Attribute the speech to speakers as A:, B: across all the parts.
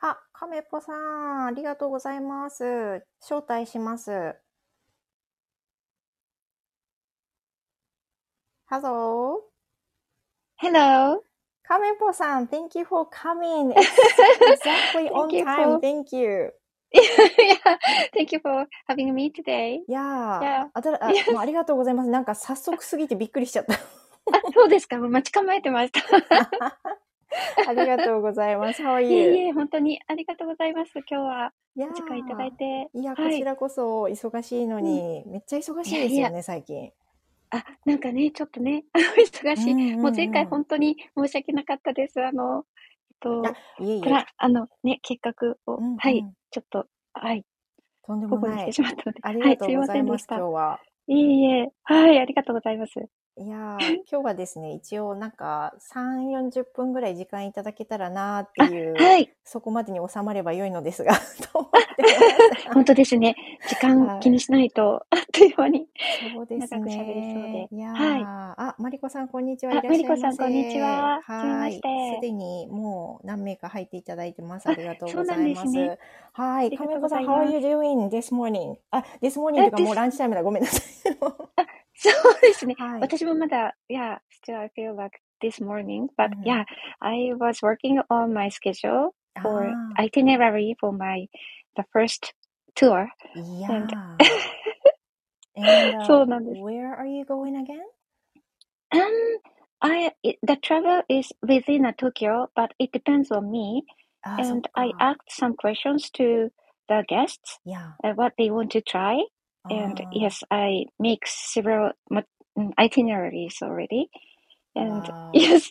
A: あ、亀ぽさん、ありがとうございます。招待します。Hello,
B: Hello.
A: 亀ぽさん、thank you for coming. It's exactly
B: Thank
A: on
B: you
A: time.
B: for
A: Thank you.
B: yeah, thank you for having me today.
A: いやー、
B: Yeah.
A: あたら、あ、もうありがとうございます。なんか早速すぎてびっくりしちゃった。
B: あ、そうですか。もう待ち構えてました。
A: ありがとうございます。How are
B: いえ
A: you?
B: いえ、本当にありがとうございます。今日はい
A: や
B: お時間いただ
A: ー、
B: いて。
A: いや、こ
B: は
A: ち
B: い。
A: らこそ忙しいの
B: うん。
A: に、めっちゃ忙
B: い
A: しい
B: や
A: で
B: い
A: すよ
B: や。
A: ね、最近。
B: あ、なんかね、ちょっとね、 あの忙
A: う
B: しい。
A: ん
B: もう前
A: う
B: 回
A: んうん。
B: 本当に申し訳なかったです。あの、えっ
A: いや、
B: と、
A: いえい
B: プ
A: え。
B: ラ、あのね、計画
A: う
B: を、
A: ん
B: はい、
A: うん。
B: ちょっと、はい、
A: とんで
B: 午
A: も
B: 後に
A: な
B: して
A: い。
B: しまったので、
A: あり
B: は
A: が
B: い、
A: と
B: す
A: う
B: い
A: ご
B: ま
A: ざ
B: せ
A: い
B: んで
A: ま
B: し
A: す、
B: た。
A: 今日は。
B: いえいえ、はい、ありがとうございます。
A: いやー、 今日はですね、一応なんか3、40分ぐらい時間いただけたらなーって
B: あ、
A: いう、
B: はい。
A: そこまでに収まれば良いのですが と思ってまし
B: 本当ですね。時
A: た。
B: 間
A: は
B: 気
A: い。
B: にしないと、あっとい う間に
A: そうです
B: 長く喋れそう
A: ね。
B: で。
A: いやー、
B: はい。
A: あ、マリコさん、こんにちは。い
B: あ、
A: らっ
B: マ
A: し
B: リ
A: ゃい
B: コ
A: ま
B: さん、こんにち
A: せ。
B: は。はじめ
A: は
B: ま
A: ー
B: し
A: い。
B: て。
A: すでにもう何名か入っていただいてます。あ
B: あ、
A: りがとう
B: そ
A: ご
B: うな
A: ざ
B: ん
A: い
B: で
A: ます
B: ね。
A: す。は
B: あ
A: い。
B: り
A: か
B: が
A: め
B: と
A: こ
B: うご
A: さ
B: ざ
A: ん、
B: い
A: How are
B: ます。
A: you doing this morning? あ、this morning とい
B: あ、
A: うか
B: で
A: もうラ
B: す。
A: ンチタイムだ。ごめんなさい。
B: あ、そうですね。
A: はい。
B: 私もまだ、yeah, still I feel like this morning,
A: う
B: but
A: ん。
B: yeah, I was working on my schedule
A: あ
B: for
A: あ、
B: itinerary for my, the first tour.
A: い
B: And
A: やー。And uh,
B: そうなんです。
A: where are you going again?
B: Um, I it, the travel is within a Tokyo, but it depends on me.
A: ああ、そっ
B: And I
A: か。
B: asked some questions to the guests,
A: いや、
B: uh, what they want to try. And
A: あ
B: yes, I make several ma- mm, itineraries already.
A: あ、
B: And
A: わ
B: yes,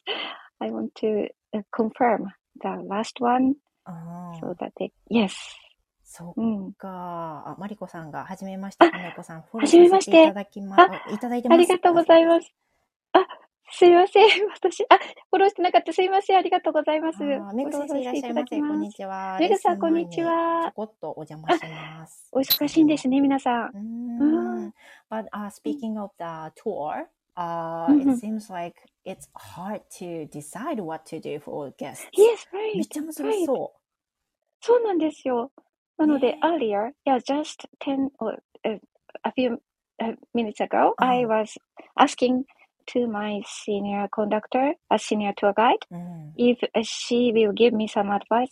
B: I want to uh, confirm the last one
A: あ、うん、
B: so that they yes.
A: そっ
B: うん。
A: か。あ、マリコさんが、はじめまして、
B: あ、
A: 亀子さん、フォロ
B: は
A: ー
B: じ
A: さ
B: め
A: せ
B: まし
A: い
B: て
A: た
B: て。
A: だきま、
B: あ、
A: あ、いただいて
B: あ
A: ま
B: り
A: す。
B: がとう
A: あ、
B: ご
A: そう
B: ざい
A: か。
B: ます。あ、すいません。 私、あ、フォローしてなかった。すいません。ありがとうございます。
A: ああ、め
B: ご
A: ぐ
B: 想
A: 先
B: 像
A: 生いらって
B: しい
A: しゃい
B: ただ
A: ま
B: き
A: せ。こん
B: ます。
A: にちは。
B: め
A: レ
B: ぐ
A: ッ
B: さ
A: ス
B: ん、
A: ン
B: こん
A: 前
B: に
A: に
B: ち
A: ちょ
B: は。
A: こっとお邪魔
B: あ、
A: します。
B: お
A: あ
B: 忙しいんで
A: の、
B: すね、皆さん。
A: うー
B: うん。
A: ん。But uh,
B: うん
A: speaking of the tour,
B: う
A: uh,
B: ん
A: it
B: うん
A: seems like it's hard to decide what to do for guests.
B: Yes,
A: めっ
B: right,
A: ちゃ難し
B: right.
A: そ
B: そうなんですよ。な
A: う。
B: ので、
A: ね
B: earlier, yeah, just 10 or uh, a few uh, minutes ago,
A: え。う
B: I
A: ん。
B: was asking to my senior conductor, a senior tour guide,
A: うん。
B: if uh, she will give me some advice,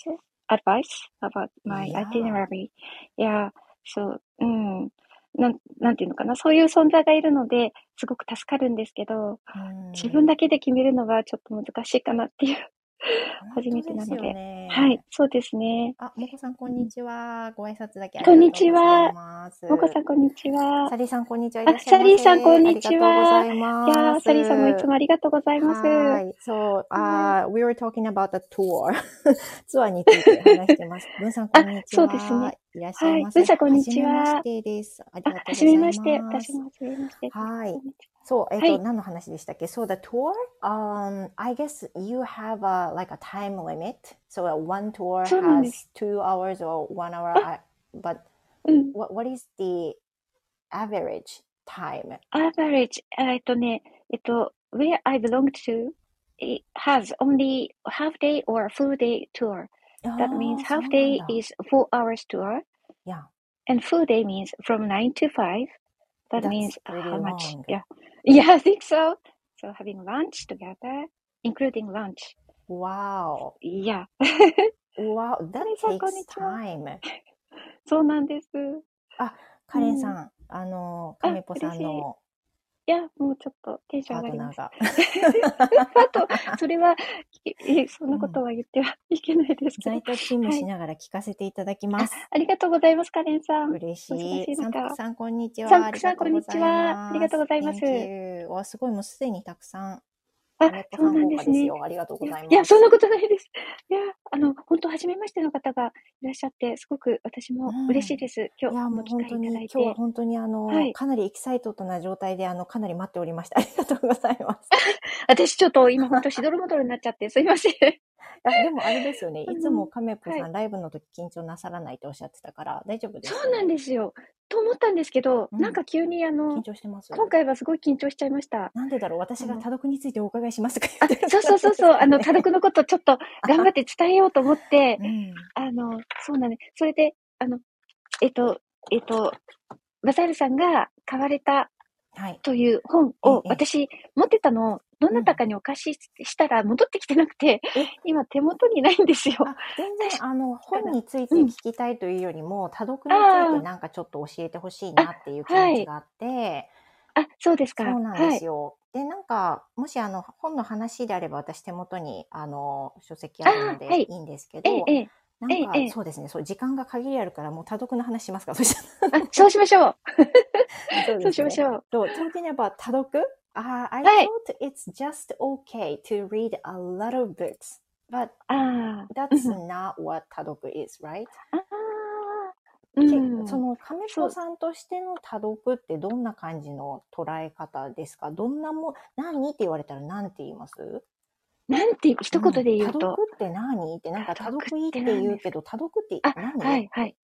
B: advice about my
A: いやー。
B: itinerary. Yeah, so, うん。なん、なんていうのかな。そういう存在がいるので、すごく助かるんですけど、
A: う
B: 自分
A: ん。
B: だけで決めるのはちょっと難しいかなっていう
A: 本
B: 初め
A: 当
B: て
A: で
B: な
A: す
B: の
A: よ
B: で。はい、
A: ね。
B: そうですね。
A: あ、もこさん、こ
B: うん
A: に
B: ん
A: ちは。ご挨拶だけあ
B: こ
A: り
B: ん
A: が
B: に
A: とう
B: ち
A: ござい
B: は。
A: ます。
B: もこさん、こんにちは。
A: サリーさん、こんにちは。い
B: あ、
A: らっしゃい
B: サ
A: ま
B: リーさん、こ
A: せ。
B: ん
A: あり
B: に
A: がと
B: ち
A: うござい
B: は。いや
A: ま
B: ー、
A: す。
B: サリーさんもいつもありがとうございます。は
A: はい。そう、
B: い。
A: あー、we were talking about the tour. ツアーについて話して ます。文さん、こ
B: あ、
A: んにち
B: そうです
A: は。
B: ね。
A: いらっしゃい
B: はい。
A: ま
B: ぶん
A: せ。
B: さん、こん
A: は
B: に
A: じ
B: ち
A: めまし
B: は。
A: てです。あり
B: あ、
A: がと
B: は
A: う
B: じ
A: ござ
B: め
A: い
B: まして。
A: ま
B: 私
A: す。
B: もはじめまして。です
A: は
B: こ
A: い。
B: んにち
A: そう、えっ
B: は。
A: と、
B: はい。
A: 何の話でしたっけ ?So the tour, um, I guess you have a, like a time limit. So uh, one tour
B: そうなんです。
A: has two hours or one hour,
B: あ、
A: I- but
B: うん。
A: what, what is the average time?
B: アーバレッジ、えっとね、えっと、where I belong to, it has only half day or full day tour. That
A: あ
B: means
A: あ、そ
B: half
A: うなん
B: day
A: だ。
B: is four hours tour,
A: いや、
B: and full day means from nine to five. That
A: that's
B: means
A: pretty
B: how much?
A: long.
B: Yeah. Yeah, I think so. So having lunch together, including lunch.
A: Wow.
B: Yeah.
A: Wow,
B: カ
A: that
B: レンさん、こん
A: takes
B: にちは。
A: time.
B: そうなんです。
A: あ、
B: う
A: カレンさ
B: ん。
A: ん、あの、
B: あ、
A: 亀子さ
B: 嬉し
A: ん
B: い。
A: の
B: いや、もうちょっとテンション
A: パ
B: 上
A: ー
B: が
A: ト
B: りま
A: ナー
B: す。
A: が。
B: あと、それは、いいそん
A: う
B: なこ
A: ん
B: とは言ってはいけないですけど。
A: 在宅勤務
B: は
A: し
B: い。
A: ながら聞かせていただきま
B: あ、
A: す。
B: ありがとうございます、カレンさん。
A: 嬉し
B: お忙し
A: い。
B: い
A: 三福
B: 中。
A: さん、こんにち
B: サン
A: は。あ
B: ク
A: り
B: さ
A: が
B: ん、こと
A: うんご
B: に
A: ざ
B: ち
A: い
B: は。あり
A: ま
B: がとうご
A: す。
B: ざいます。
A: Thank you. わ、すごい、もうすでにたくさん。
B: あ、
A: 亀子
B: そう
A: さん
B: な
A: 豪
B: んで
A: 華で
B: す
A: す
B: ね。
A: よ。ありがとう
B: い
A: ご
B: や、
A: ざい
B: いや、
A: ま
B: そんな
A: す。
B: ことないです。いや、あの、本当、初めましての方がいらっしゃって、すごく私
A: う
B: も嬉しい
A: ん。
B: です。
A: い
B: 今日
A: や、
B: も
A: もう
B: 機
A: 本
B: 会
A: 当
B: いただ
A: に、
B: い
A: 今日は
B: て。
A: 本当に、あ
B: は
A: の、
B: い。
A: かなりエキサイトな状態で、あの、かなり待っておりました。あ りがとうございます。
B: 私、ちょっと今、本当、しどろもどろになっちゃって、すいま せん。
A: あ、でもあれですよね。
B: あ
A: いつも
B: の、
A: 亀子
B: は
A: さ
B: い。
A: ん、ライブの時緊張なさらないっておっしゃってたから、大丈夫で
B: そ
A: す
B: う
A: よ
B: なん
A: ね。
B: ですよ。と思ったんですけど、
A: うん
B: なんか急にあ
A: 緊
B: の、
A: 張してます。
B: 今回はすごい緊張しちゃいました。
A: なんでだろう私が
B: うん
A: 多読についてお伺いしますとか
B: あ
A: 言ってる
B: そうそうそうそう、あの、多
A: からです
B: 読のことちょっと頑張って伝えようと思って
A: か、ね。
B: あの、そうなんです。それで、あの、えっと、えっと、バザールさんが買われた
A: うんはい。
B: という本を
A: ええ
B: 私持ってたのをどなたかにお貸ししたら戻ってきてなくて、今手元にないんですよ。
A: あ全然、あの、本について聞きたいというよりも、多読についてなんかちょっと教えてほしいなっていう気持ちがあって、
B: あ、そうですか。
A: そうなんです
B: はい。
A: よ。で、なんか、もしあの、本の話であれば私手元に、あの、書籍あるの
B: あは
A: で
B: い
A: いいんですけ
B: え
A: ど、
B: え、ええ。
A: なんか
B: ええ、
A: そうですね、そう、時間が限りあるから、もう多読の話しますか、そしたら。
B: あ、そうしましょう。
A: そう
B: そうしまし
A: ょう。
B: ょう。
A: と、talking about 多読、あ I
B: はい
A: thought it's just okay to read a lot of books, but
B: ああ。
A: that's not what 多読 is, right?
B: ああ。うん。
A: けその亀子さんとしての多読ってどんな感じの捉え方ですかどんなもん、何って言われたら何て言います
B: なんて、一言で言う
A: 多読
B: と。
A: って何って、なんか多
B: 多読
A: 読いいって
B: って何
A: 言うけど、多読って
B: あ、
A: 何
B: はい、はい。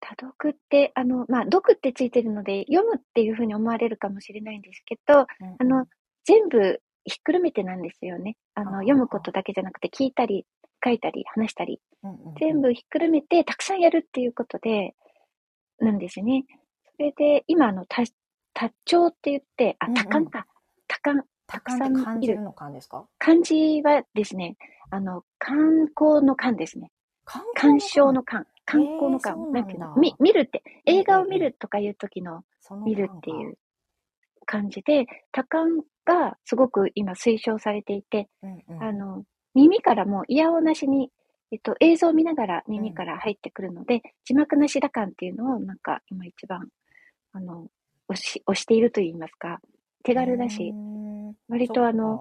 B: 多読って、あの、まあ、読ってついてるので、読むっていうふうに思われるかもしれないんですけど、
A: うん
B: あの、全部ひっくるめてなんですよね。あ
A: あ
B: の、
A: はは
B: 読むことだけじゃなくて、聞いたり、書いたり、話したり、
A: うんうんうん
B: 全部ひっくるめて、たくさんやるっていうことで、なんですね。それで、今、あの、多、多聴って言って、あ、
A: うんうん
B: 多感か。多感。
A: 多感って感じるの感ですか
B: 漢字はですね、あの、観光の観ですね。鑑賞の観。観光の
A: へー
B: 観。
A: そうな
B: な
A: ん
B: ん
A: だ
B: ていうのみ見るって、
A: ええ
B: 映画を見るとかいう時の見るってい、う感じで、多感がすごく今推奨されていて、
A: その感がうんうん
B: あの、耳からもうイヤオなしに、えっと、映像を見ながら耳から入ってくるので、字幕なし打感っていうのをなんか今一番、あの、押し、押していると言いますか、手軽だし、、割とあの、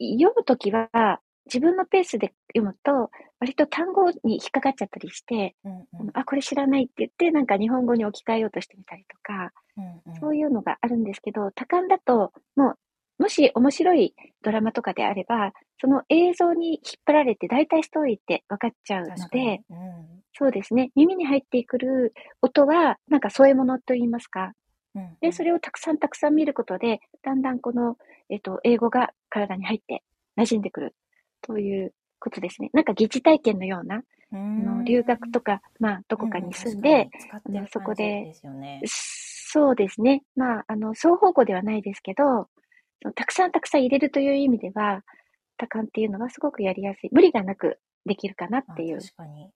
B: 読むときは、自分のペースで読むと、割と単語に引っかかっちゃったりして、あのあ、これ知らないって言って、なんか日本語に置き換えようとしてみたりとか、そう
A: い
B: いうのがあるんですけど、多感だと、もう、もし面白いドラマとかであれば、その映像に引っ張られて、大体ストーリーって分かっちゃう
A: う
B: の
A: ん確か
B: で
A: に、うん
B: そうですね、耳に入ってくる音は、なんか添え物と言いますか、
A: うん
B: で、それをたくさんたくさん見ることで、だんだんこの、えっと、英語が体に入って馴染んでくるということですね。なんか疑似体験のような、
A: う
B: あ
A: ん
B: の留学とか、まあ、どこかに住んで、、
A: うんうん
B: あのそ
A: 確かに使っ
B: こで、
A: てる感じすよね
B: そうですね。まあ、あの、双方向ではないですけど、そのたくさんたくさん入れるという意味では、多感っていうのはすごくやりやすい。無理がなくできるかなっていう
A: あ。確かに。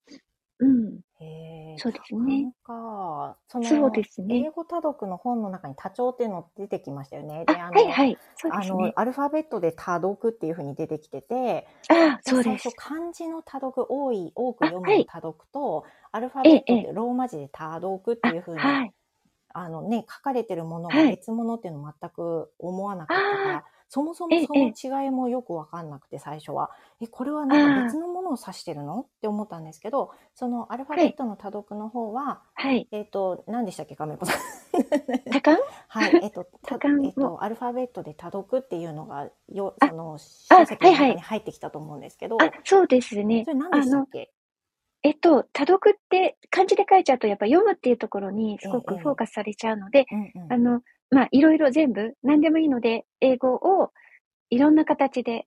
B: うん。
A: へー
B: そうですね。
A: なんか、その
B: そうですね
A: 英。語多読の本の中に多聴っていうの出てきましたよね。
B: あ、
A: であ
B: は
A: の
B: いはい。そうで
A: あ
B: す
A: の
B: ね。
A: アルファベットで多読っていうふうに出てきてて、
B: あ、
A: で
B: そう
A: 最
B: です
A: 初。漢字の多読多い多く読む
B: あはい
A: の多読と、アルファベッ
B: ええ
A: トでローマ字で多読っていうふうに、
B: はい。
A: あのね、書かれてるもの
B: は
A: が
B: い
A: 別物っていうの全く思わなかったから、
B: あ
A: そもそ
B: え
A: も
B: え
A: その違いもよくわかんなくて最初は、え、これはなんか別のものを指してるのって思ったんですけど、そのアルファベットの多読の方は、
B: はい。
A: えっ、と、何でしたっけ、亀 子さん。
B: 多感
A: はい、えっ、と、た
B: 多感
A: えっ、
B: も
A: と、アルファベットで多読っていうのが、よ、
B: あ
A: その、書籍の
B: はいは
A: 中
B: い
A: に入ってきたと思うんですけど、
B: あ、そうですね
A: そ。れ何でしたっけ
B: えっと、多読って漢字で書いちゃうと、やっぱ読むっていうところにすご
A: え
B: く
A: え
B: フォーカスされちゃうので、
A: うんうん
B: あの、まあ、いろいろ全部、何でもいいので、英語をいろんな形で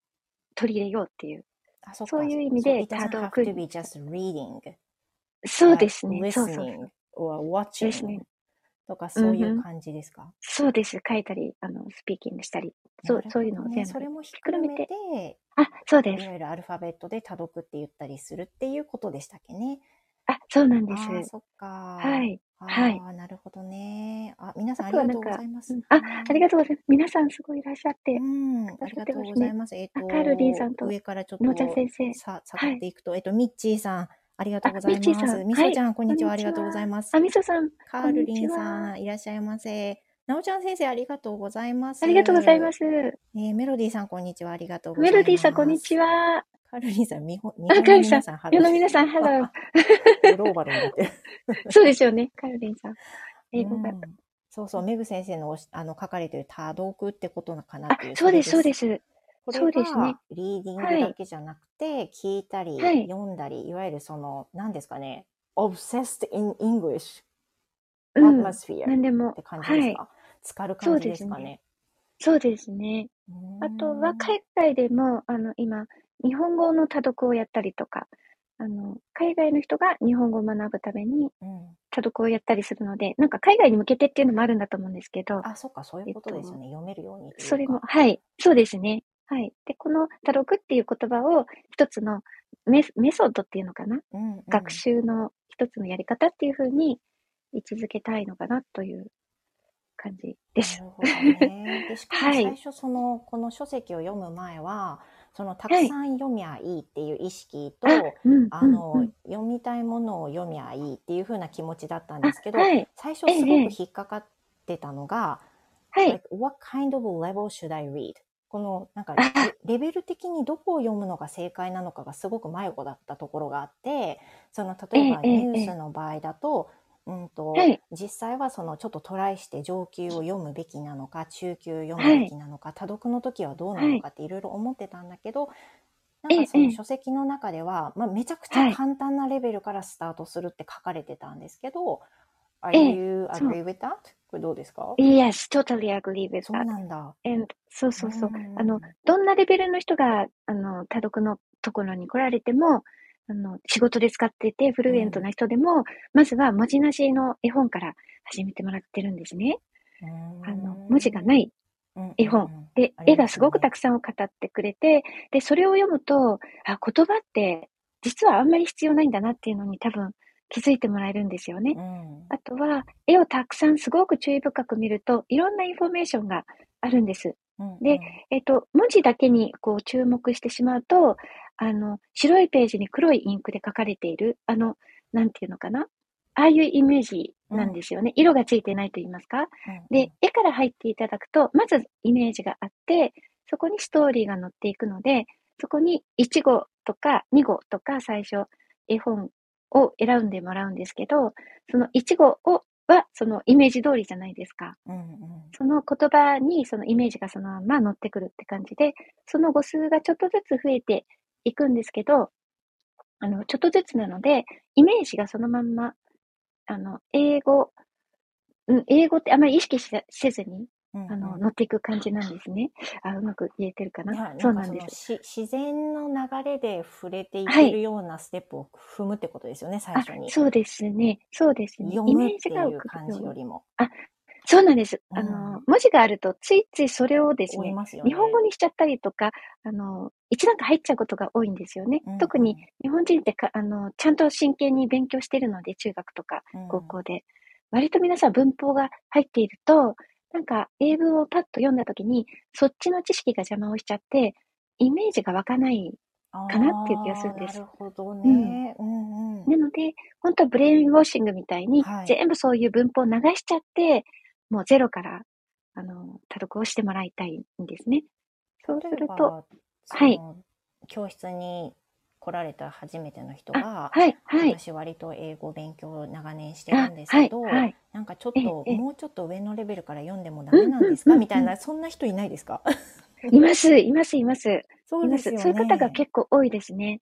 B: 取り入れようっていう。
A: あそっか
B: そういう意味で
A: so it doesn't
B: 多
A: have
B: 読
A: to be just reading.
B: そうですね。
A: like
B: そうそう。
A: listening or
B: Listening
A: watching. とかそうい
B: うんう
A: うん感じですか、
B: そうです。書いたり、あの、スピーキングしたり。そう
A: な、るほ
B: そ
A: ど
B: ういうのを
A: ね
B: 全
A: そ
B: 部。
A: れもひっくるめて、
B: あ、そうで
A: い
B: す。
A: ろいろアルファベットで多読って言ったりするっていうことでしたっけね。
B: あ、そうなん
A: あ
B: で
A: あ
B: す。
A: ー、そっか。
B: はい。
A: あ
B: は
A: ーなるほどね。あ、皆さんあ
B: あ
A: り
B: とは
A: がとうご
B: なんか
A: ざいます。
B: うんあ、ありがとうございます。皆さんすごいいらっしゃって
A: う。ん、あ
B: くだ
A: り
B: さ
A: が
B: って
A: と
B: ま
A: う
B: すね
A: ございます。えっと、
B: あカールリンさんと
A: 上からちょっ
B: 農茶先
A: と
B: 生。
A: さ、下
B: はい
A: がっていくと、えっと、ミッチーさん、ありがとうござい
B: あミッチー
A: ま
B: さ
A: す。
B: ん
A: みそちゃん、こんにちは、
B: こ
A: あ
B: んに
A: り
B: ちは
A: がとうございます
B: あ、。みそさん、
A: カールリン
B: こん
A: さん、いらっしゃいませ。なおちゃん先生、ありがとうございます。。
B: ありがとうございますす。
A: えーメロディーさん、こんにちは、ありがとうござい
B: メ
A: ます。
B: ロディーさん、こんにち
A: は。
B: は。
A: カールリンさん、み ほ、日
B: あ
A: 本
B: カー
A: の
B: ルリンさ
A: 皆
B: ん
A: さん、ハロ
B: 世
A: ー
B: の皆さん、ハロー。
A: グローバルになってる。
B: そうですよね、カロリンさん。英語が
A: う。んそうそう、メグ先生のおしあの書かれている多読ってことなのかなっ
B: あ
A: ていう。、
B: そうです、そう
A: す
B: です。
A: これ
B: そうですね
A: はリーディングだけじゃなくて、聞いたり、
B: はい
A: 読んだり、いわゆるその、何ですかね、obsessed in English ア
B: うん
A: マスフィアっ
B: 何でも
A: て。感じですか、浸かる感じですかね。
B: そうですね。あとは海外でも、あの、今、日本語の多読をやったりとか、あの、海外の人が日本語を学ぶために
A: うん、うん
B: 多読をやったりするので、なんか海外に向けてっていうのもあるんだと思うんですけど、
A: あ、そっか、そういうことですよね。読めるようにというか。
B: それも、はい、そうですね。はい。で、この多読っていう言葉を一つのメスメソッドっていうのかな、
A: うんうん
B: 学習の一つのやり方っていうふうに位置づけたいのかなという感じです。
A: なるほどね。でしかも
B: はい
A: 最初その、この書籍を読む前はそのたくさん読みゃいいっていう意識と、
B: うん
A: あの、
B: うんうん
A: 読みたいものを読みゃいいっていう風な気持ちだったんですけど、
B: あはい、
A: 最初
B: ええ
A: すごく引っかかってたのが、
B: はい、
A: like, What kind of level should I read? このなんか
B: あ
A: レレベル的にどこを読むのが正解なのかがすごく迷子だったところがあってその例えば
B: ええええ
A: ニュースの場合だと,、うんと
B: はい
A: 実際はそのちょっとトライして上級を読むべきなのか中級を読むべきなのか、多読の時はどうなのかっていろいろ思ってたんだけど、なんかそ
B: え
A: の
B: え
A: 書籍の中では、まあ、めちゃくち
B: は
A: ゃ
B: い
A: 簡単なレベルからスタートするって書かれてたんですけど、
B: え
A: Are
B: え
A: you
B: そう
A: agree with that? これどうですか
B: Yes, totally agree with
A: そう
B: that.
A: なんだ。
B: And そうそうそう。
A: ん
B: あの、どんなレベルの人が、あの、多読のところに来られても、あの、仕事で使ってて、フルエントな人でも、まずは文字なしの絵本から始めてもらってるんですね。あの、文字がないい。絵本で、
A: ありますよね
B: 絵がすごくたくさんを語ってくれて、で、それを読むと、あ、言葉って、実はあんまり必要ないんだなっていうのに多分気づいてもらえるんですよね。あとは、絵をたくさんすごく注意深く見ると、いろんなインフォメーションがあるんです。で、えっと、文字だけにこう注目してしまうと、あの、白いページに黒いインクで書かれている、あの、なんていうのかな。ああいうイメージなんですよね。色がついてないと言いますか。で、絵から入っていただくと、まずイメージがあって、そこにストーリーが載っていくので、そこに1号とか2号とか最初、絵本を選んでもらうんですけど、その1号をはそのイメージ通りじゃないですか。
A: うんうんうん
B: その言葉にそのイメージがそのまま乗ってくるって感じで、その語数がちょっとずつ増えていくんですけど、あの、ちょっとずつなので、イメージがそのまんま、あの、英語、うん、英語ってあまり意識しせずに、
A: うんうん
B: あの、乗っていく感じなんですね。あ、うまく言えてるか
A: いや
B: な
A: な。
B: そうん
A: か
B: な
A: そ
B: んで
A: の
B: す。
A: し自然の流れで触れてい
B: は
A: け
B: い
A: るようなステップを踏むってことですよね、最
B: あ
A: 初、に。
B: そうですね。そうですね。
A: 読
B: イ
A: む
B: メ
A: っ
B: ー
A: て
B: ジが浮
A: いう
B: か
A: 感
B: ぶ
A: じ
B: よ
A: よ
B: うに。
A: りも
B: そうなんです。あ
A: う
B: の
A: ん、
B: 文字があると、ついついそれをです
A: 追
B: ね
A: い、ますよね。
B: 日本語にしちゃったりとか、あの、一段階入っちゃうことが多いんですよね。
A: うんうん
B: 特に日本人ってか、あの、ちゃんと真剣に勉強してるので、中学とか
A: うん
B: 高校で。割と皆さん文法が入っていると、なんか英文をパッと読んだ時に、そっちの知識が邪魔をしちゃって、イメージが湧かない。かなっていう気がするんです
A: あーなるほどね。うんうん
B: なので、本当はブレインウォッシングみたいに
A: はい、
B: 全部そういう文法を流しちゃって、もうゼロから、あの、多読をしてもらいたいんですね。そうす
A: 例え
B: る
A: ば
B: と、
A: その
B: はい
A: 教室に来られた初めての人
B: あ
A: が、、
B: はい、はい。
A: 私割と英語勉強を長年してる
B: あ
A: んです
B: は
A: け
B: い、
A: ど、
B: はい。
A: なんかちょっと
B: ええ
A: もうちょっと上のレベルから読んでもダメなんです
B: うんう
A: か
B: んうんうん
A: みたいなそんな人いないですか
B: います、います、います。い
A: そう
B: ま。
A: ですすよね。
B: そういう方が結構多いですね。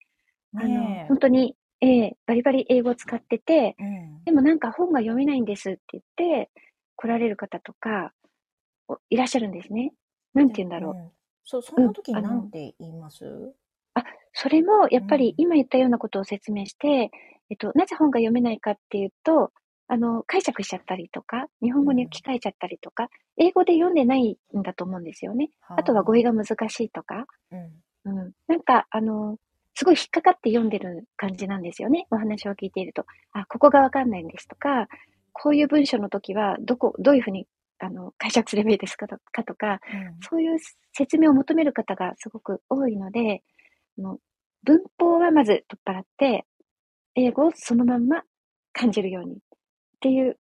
B: あの
A: ね、え
B: 本当に、ええバリバリ英語を使ってて、
A: うん
B: でもなんか本が読めないんですって言って、来られる方とか、おいらっしゃるんですね。なんて言うんだろう。
A: んそうそんな時
B: うんあの
A: なんて言います、
B: それも、やっぱ
A: うん
B: り今言ったようなことを説明して、えっと、なぜ本が読めないかっていうと、あの、解釈しちゃったりとか、日本語に置き換えちゃったりとか、英語で読んでないんだと思うんですよね。あとは語彙が難しいとか、
A: うん
B: うん、なんか、あの、すごい引っかかって読んでる感じなんですよね。お話を聞いていると。あ、ここがわかんないんですとか、こういう文章の時は、どこ、どういうふうに、あの、解釈すればいいですかとかとか、そういう説明を求める方がすごく多いので、あの文法はまず取っ払って、英語をそのまんま感じるようにっていう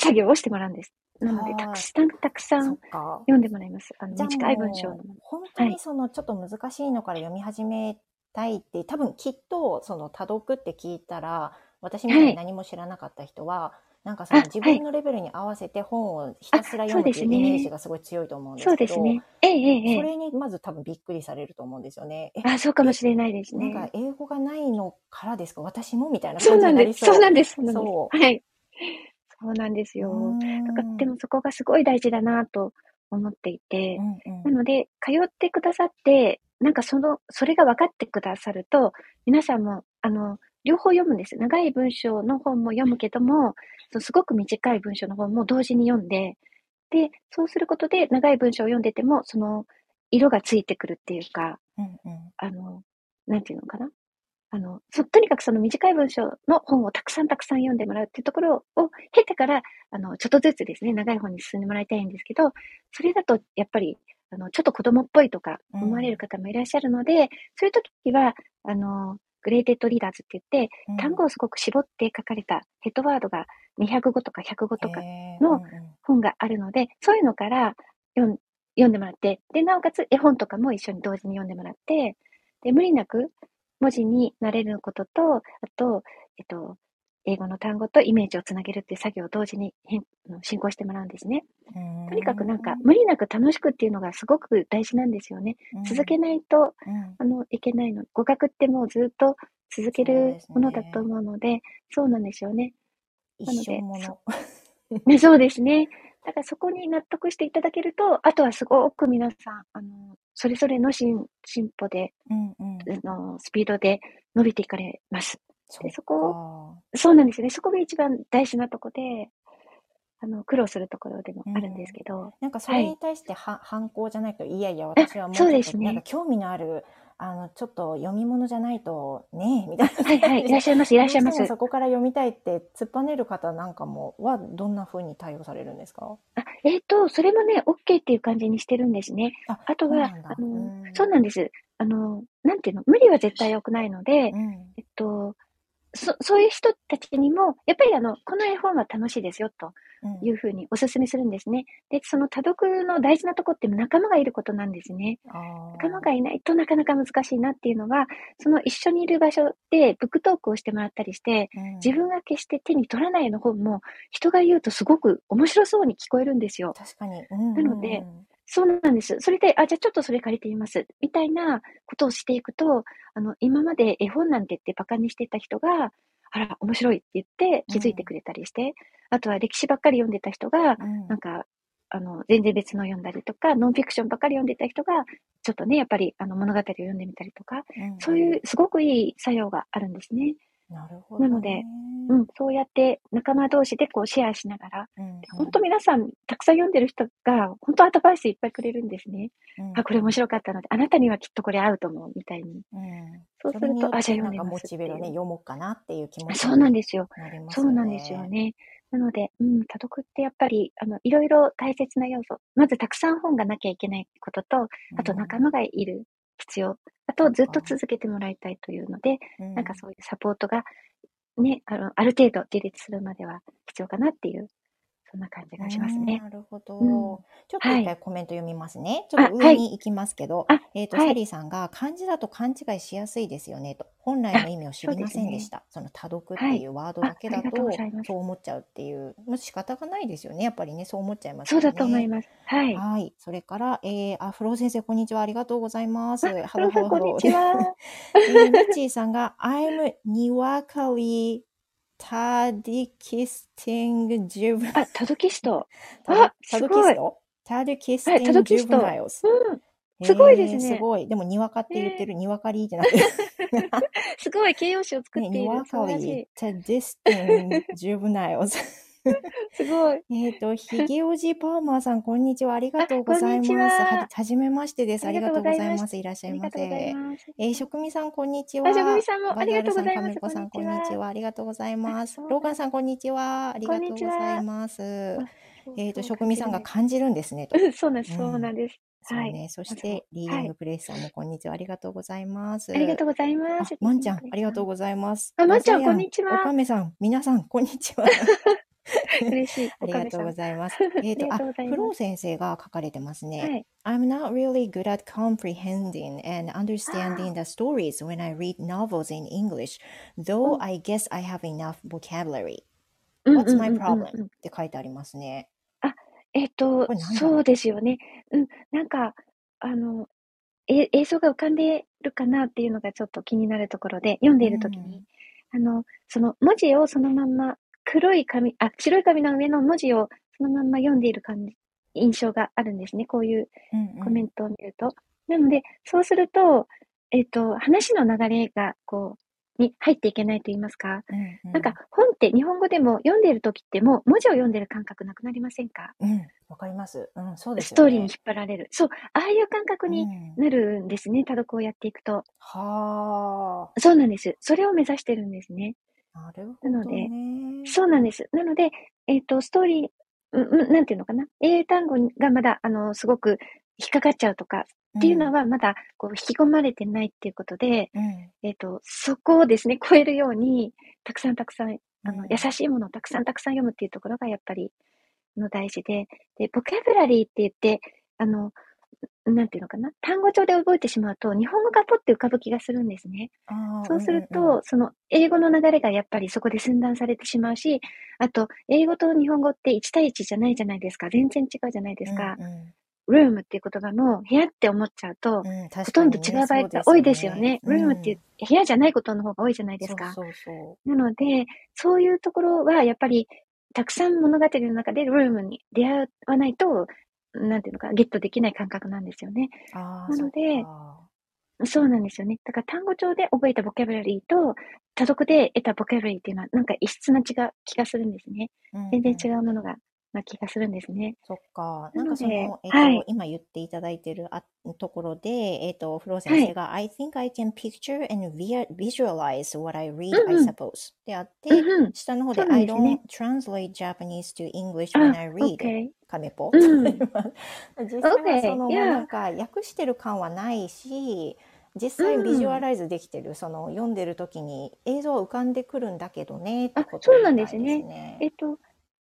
B: 作業をしてもらうんです。なので、
A: あー
B: たくさんたくさ
A: うん、そっ
B: ん
A: か。
B: 読んでもらいます。あの
A: じゃあ
B: 短い文章
A: も
B: の
A: う
B: もの。
A: 本当にそのちょっと難しいのから読み始めたいって、多分きっとその多読って聞いたら私みたいに何も知らなかった人は、なんかその
B: あ
A: 自
B: はい
A: 分のレベルに合わせて本をひたすら
B: あ
A: 読むっていう
B: そうです
A: イ
B: ね
A: メージがすごい強いと思うんで
B: そう
A: すけ
B: で
A: ど、
B: すね。ええええ
A: そ
B: ええ。
A: れにまず多分びっくりされると思うんですよね。え
B: あ、そうかもしれないです
A: なん
B: ね。
A: か英語がないのからですか私もみたいな
B: そ
A: 感
B: う
A: じ
B: な
A: に
B: ん
A: な
B: で
A: り
B: す。
A: そう。
B: そうなんです。そうなん
A: そ
B: です。はい。そうなんですよ。
A: うん
B: だからでもそこがすごい大事だなと思っていて
A: う、んうん
B: なので、通ってくださって、なんかその、それが分かってくださると、皆さんも、あの、両方読むんです。長い文章の本も読むけども、そうすごく短い文章の本も同時に読んで、で、そうすることで、長い文章を読んでても、その、色がついてくるっていうか、
A: うんうん
B: あの、なんていうのかな。あの、そ、とにかくその短い文章の本をたくさんたくさん読んでもらうっていうところを経てから、あの、ちょっとずつですね、長い本に進んでもらいたいんですけど、それだとやっぱり、あの、ちょっと子供っぽいとか
A: うん
B: 思われる方もいらっしゃるので、そういう時は、あの、グレーテッドリーダーズって言って、
A: うん
B: 単語をすごく絞って書かれたヘッドワードが205とか105とか
A: へー
B: の
A: うんうん
B: 本があるので、そういうのから読ん読んでもらって、で、なおかつ絵本とかも一緒に同時に読んでもらって、で、無理なく文字になれることと、あと、えっと、英語の単語とイメージをつなげるっていう作業を同時に変進行してもらうんですね。
A: うん
B: とにかくなんか、無理なく楽しくっていうのがすごく大事なんですよね。
A: うん
B: 続けないと、
A: うん
B: あの、いけないの。語学ってもうずっと続け
A: そう
B: る
A: ですね
B: ものだと思うので、そうなんですよね。なので
A: 一生もの。
B: ね、そうですね。だからそこに納得していただけると、あとはすごく皆さん、あの、それぞれの進進歩で、
A: うんうん
B: あの、スピードで伸びていかれます。
A: そっ
B: そこ
A: か
B: そうなんですよね。そこが一番大事なとこで、あの、苦労するところでもあるんですけど、
A: なんかそ
B: は
A: れ
B: い
A: に対しては、反抗じゃないと、いやいや、私はもうち
B: そ
A: ょ
B: う
A: っと
B: ですね
A: なんか興味のある、あの、ちょっと読み物じゃないと、ねえ、みたいな。
B: はいはい、いらっしゃいます、いらっしゃいま
A: どう
B: す
A: ても。そこから読みたいって突っぱねる方なんかもはどんな風に対応されるんですか
B: あえっ、と、それもね、OK っていう感じにしてるんですね。
A: あ
B: あとは、あ
A: そうな
B: の
A: んだ、
B: そうなんです。あの、なんていうの、無理は絶対良くないので、
A: うん
B: えっと、そそういう人たちにも、やっぱりあの、この絵本は楽しいですよと
A: うん
B: いうふうにお勧めするんですね。で、その多読の大事なとこって仲間がいることなんですね。
A: あー
B: 仲間がいないとなかなか難しいなっていうのは、その一緒にいる場所でブックトークをしてもらったりして、
A: うん
B: 自分が決して手に取らない絵の本も人が言うとすごく面白そうに聞こえるんですよ。
A: 確かに。うん
B: なので
A: うん
B: そうなんです。それで、あ、じゃあちょっとそれ借りてみます。みたいなことをしていくと、あの、今まで絵本なんてってバカにしてた人が、あら、面白いって言って気づいてくれたりして、あとは歴史ばっかり読んでた人が、
A: うん
B: なんか、あの、全然別の読んだりとか、ノンフィクションばっかり読んでた人が、ちょっとね、やっぱりあの物語を読んでみたりとか、
A: うん
B: そういうすごくいい作用があるんですね。
A: なるほどね。
B: なのでうん、そうやって仲間同士でこうシェアしながら、
A: うん、
B: 本当皆さんたくさん読んでる人が、本当アドバイスいっぱいくれるんですね。
A: うん、
B: あ、これ面白かったので、あなたにはきっとこれ合うと思う、みたいに。
A: うん
B: そうす
A: そ
B: る
A: れによっ
B: と、あ、じゃあ
A: てなん
B: 読ん
A: か
B: でみま
A: モ
B: すって
A: チ
B: い
A: ベがね、
B: う。
A: 読もうかなっていう気持ち
B: そうなん
A: に
B: ですよ。
A: なります
B: そ
A: よ
B: う
A: ね。
B: なんですよね。なので、うん、多読ってやっぱり、あの、いろいろ大切な要素。まず、たくさん本がなきゃいけないことと、
A: うん。
B: あと仲間がいる必要。あと、ずっと続けてもらいたいというので、
A: うん、
B: なんかそういうサポートが、ね、あの、ある程度自立するまでは必要かなっていう、そんな感じがしますね。
A: うんなるほど。
B: うん
A: ちょっと一回コメント読みますね。
B: は
A: ちょっ
B: い
A: と上に行きますけど、
B: あはい
A: えっ、と、
B: はい
A: サリーさんが漢字だと勘違いしやすいですよねと。本来の意味を知りませんでした。その多読っていうワードだけだ
B: はいあありが
A: と、
B: とうございます
A: そう思っちゃうっていう、もう仕方がないですよね。やっぱりね、そう思っちゃいます
B: そ
A: よ
B: う
A: ね。
B: だと思います。はい。
A: はい。それから、えー、あ、フロー先生、こんにちは。ありがとうございます。
B: あ
A: ハロハロハ
B: こん
A: ロ
B: にちは。
A: えー、ミッチーさんが、I'm にわかりタディキスティングジュブ
B: あ、タドキスト。
A: タ
B: あす
A: ドキ
B: ご
A: ス
B: い
A: トタドキス
B: は
A: テ
B: いタ
A: ィング
B: ド
A: ジ
B: キ
A: ュ
B: ス
A: ブ
B: ト
A: ナイルス。
B: うん。すごいですね
A: えーすごい。でも、にわかって言ってる、にわかりーってなってる。
B: すごい形容詞を作っ
A: ね、
B: てい
A: に
B: る
A: わ。
B: 素
A: か
B: 晴らしい
A: り。タディスティングジュブナイ ルス。
B: すごい。
A: えっと、ひげおじパーマーさん、こんにちは。ありがとうござい
B: あこん
A: ま
B: に
A: す。
B: ちは
A: ははじめましてです。あ
B: あ
A: り
B: り
A: が
B: が
A: と
B: と
A: う
B: う
A: ご
B: ご
A: ざ
B: ざ
A: い
B: い
A: ま。
B: ます
A: いらっし
B: あ
A: ゃい
B: り
A: ま
B: が
A: せ
B: とう。ございます。
A: えー、職味さん、こんにちは。
B: あ、ジョグミさんもあ
A: バ
B: り
A: ザー
B: がと
A: ル
B: う
A: さ
B: ご
A: ん、
B: ざいま
A: 亀
B: す。
A: 子さん、こんにち
B: は。
A: は。ありがとうございます
B: こんにちは。
A: ローガンさん、こんにちは。ありがとうございます。えっ、と、職味さんが感じるんですね。と
B: うん、そうなん
A: う
B: です。
A: ん
B: そうなんです。
A: そう
B: はい
A: ね。そし
B: まず
A: て
B: は、
A: リーディングプレイスさんも、こんにちは。ありがとうございます。
B: ありがとうござい
A: あ
B: ます。
A: まんちゃん、ありがとう
B: ご
A: ございます。
B: あまんちゃん
A: まさや
B: こんにちは
A: おかめさん、皆さん、こんにち は。
B: ざい ます。嬉しい。
A: ありがとうご
B: い
A: ざいます。
B: ます。
A: えっ、と、
B: あ
A: あ
B: りがとうござい
A: フロ
B: ま
A: ー先生が書かれてますね。
B: す。はい。
A: I'm not really good at comprehending and understanding the stories when I read novels in English, though I guess I have enough vocabulary
B: うん
A: What's my
B: うんうんうんうん
A: problem? って書いてありますね。
B: えっと
A: これ、何だろう
B: そうですよね。うん、なんか、あの、え映像が浮かんでるかなっていうのがちょっと気になるところで、読んでいるときに、あの、その文字をそのまんま黒い紙、あ、白い紙の上の文字をそのまんま読んでいる感じ、印象があるんですね。こういう
A: うんうん
B: コメントを見ると。なので、そうすると、えっ、と、話の流れが、こう、に入っていけないと言いますか。
A: うんう
B: なんか、本って日本語でも読んでいる時ってもう文字を読んでる感覚なくなりませんか
A: うん、わかります。うん、そうです
B: ス
A: よね。
B: トーリーに引っ張られる。そう、ああいう感覚に
A: うん
B: なるんですね。多読をやっていくと。
A: は
B: そうなんです。それを目指してるんですね。
A: あ、なるほど
B: なので
A: ね。
B: そうなんです。なので、えっ、と、ストーリー、うんうん、なんていうのかな。英単語がまだ、あの、すごく引っかかっちゃうとかっていうのは、まだ、こう、引き込まれてないっていうことで、
A: うん、うん
B: えっ、と、そこをですね、 超えるように、たくさんたくさん、あ
A: う
B: の
A: ん、
B: 優しいものをたくさんたくさん読むっていうところが、やっぱり、の大事で、で、ボキャブラリーって言って、あの、なんていうのかな。単語帳で覚えてしまうと、日本語がポッて浮かぶ気がするんですね。
A: あー
B: そうすると、
A: んんん
B: その英語の流れがやっぱりそこで寸断されてしまうし、あと、英語と日本語って1対1じゃないじゃないですか。全然違うじゃないですか。
A: うんうん
B: ルームっていう言葉も部屋って思っちゃうと、
A: うん、ほ
B: ほとんど違う場合が多いですよね。ルームっていう
A: う
B: 部屋じゃないことの方が多いじゃないですか。
A: そうそうそ
B: なので、そういうところはやっぱりたくさん物語の中でルームに出会わないと、なんていうのか、ゲットできない感覚なんですよね。
A: う。あ
B: なので
A: で、
B: そうなんですよね。だから単語帳で覚えたボキャブラリーと、多読で得たボキャブラリーっていうのは、なんか異質な違う気がするんですね。全然違
A: うん。
B: うものが、な気がするんですね。
A: そっか。な
B: なんの
A: かそ
B: で
A: の、えっ
B: はい
A: と、今言っていただいてるあところで、えっと、フロー先生が、I think I can picture and via- visualize what I read, I
B: うんうん
A: suppose であって、
B: うんうん。
A: 下の方で、
B: そうなん
A: I
B: ですね
A: don't translate Japanese to English
B: あ
A: when I、read it.
B: OK。
A: 亀ぽ。
B: うん
A: 実際はその、
B: Okay, yeah.
A: なんか訳してる感はないし実際
B: うん
A: ビジュアライズできてる、その読んでる時に映像は浮かんでくるんだけどねってこと
B: あそうなんですね
A: みたい
B: え
A: で
B: っと、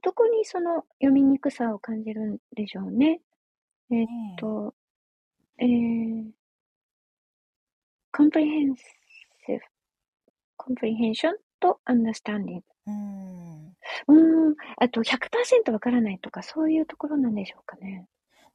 B: どこにその読みにくさを感じるんでしょうね。え
A: す
B: っ
A: ね。
B: と、えー、comprehensive、comprehension と understanding。
A: うん
B: うーん、あと100%わからないとか、そういうところなんでしょうかね。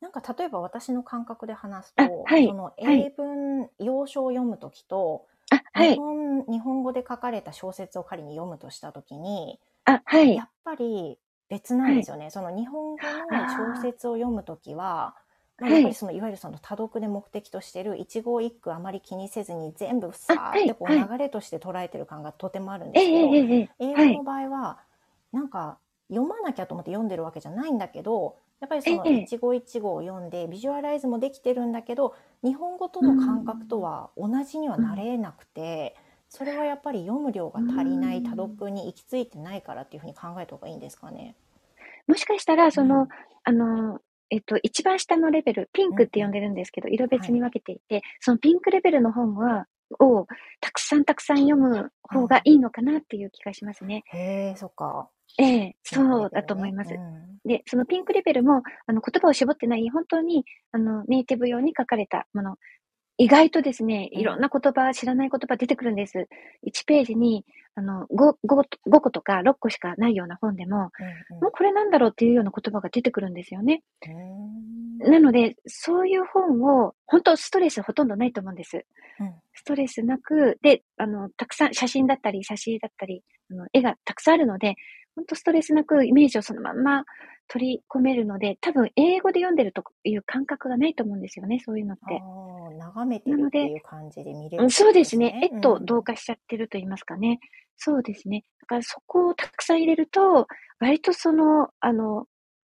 A: なんか例えば私の感覚で話す
B: あ
A: と、
B: はい
A: その
B: はい
A: 英文、要所を読む時と
B: あ、は
A: 日
B: い。
A: 本日本語で書かれた小説を仮に読むとした時に、
B: あ、はい
A: や。っぱり別なんですよね。その日本語の小説を読むときは、まあ、
B: はい
A: やっぱりそのいわゆるその多読で目的としてる一語一句あまり気にせずに全部さーってこう
B: はいは
A: 流れとして捉えてる感がとてもあるん
B: え
A: ですけ
B: え
A: ど、
B: えええ
A: 英
B: はい
A: 語の場合はなんか読まなきゃと思って読んでるわけじゃないんだけどやっぱりその
B: ええ
A: 一語一語を読んでビジュアライズもできてるんだけど日本語との感覚とは同じにはなれなくてそれはやっぱり読む量が足りな
B: う
A: い
B: ん
A: 多読に行き着いてないからっていうふうに考えた方がいいんですかね。
B: えもしかしたら、その、
A: うん
B: あの、えっと、一番下のレベル、ピンクって呼んでるんですけど、色別に分けていて、そのピンクレベルの本は、をたくさんたくさん読む方がいいのかなっていう気がしますね。
A: へえそっか。
B: ええ、そうだと思います
A: う。ん
B: で、そのピンクレベルも、あの、言葉を絞ってない、本当に、あの、ネイティブ用に書かれたもの。意外とですね、
A: うん
B: いろんな言葉、知らない言葉出てくるんです。1ページに、あの、5、5、5個とか6個しかないような本でも、もうこれなんだろうっていうような言葉が出てくるんですよね。
A: うんうん
B: なので、そういう本を、本当ストレスほとんどないと思うんです。
A: うん
B: ストレスなく、で、あの、たくさん写真だったり、写真だったり、あの絵がたくさんあるので、本当ストレスなくイメージをそのまんま取り込めるので、多分英語で読んでるという感覚がないと思うんですよね、そういうのっ
A: あ
B: て。
A: ー眺めてるっていう感じで見れるってこと、
B: うんそうですね。絵と
A: うん
B: 同化しちゃってると言いますかね。そうですね。だからそこをたくさん入れると、割とその、あの、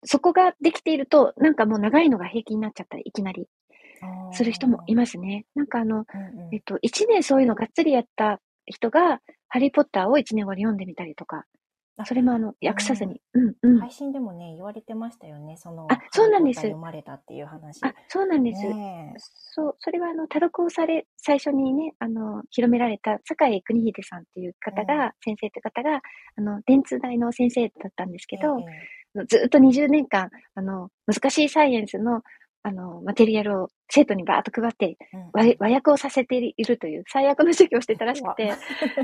B: そこができていると、なんかもう長いのが平気になっちゃったり、いきなりする人もいますね。なんかあの、
A: あーうんうん
B: えっと、1年そういうのがっつりやった人が、ハリー・ポッターを1年後に読んでみたりとか
A: あ、
B: それもあの、訳さずに。うん、うん。
A: 配信でもね言われてましたよねその
B: あそうなんです
A: ハリーポッター読まれたっていう話
B: あ、そうなんです。
A: ねえ
B: そう、それはあの、多読をされ、最初にね、あの、広められた酒井邦秀さんっていう方が、先生という方が、あの、電通大の先生だったんですけど、
A: ええ
B: あのずっと20年間、あの、難しいサイエンスの、あの、マテリアルを生徒にバーッと配って、
A: うん
B: 和和訳をさせているという、最悪の授業をしてたらしくて、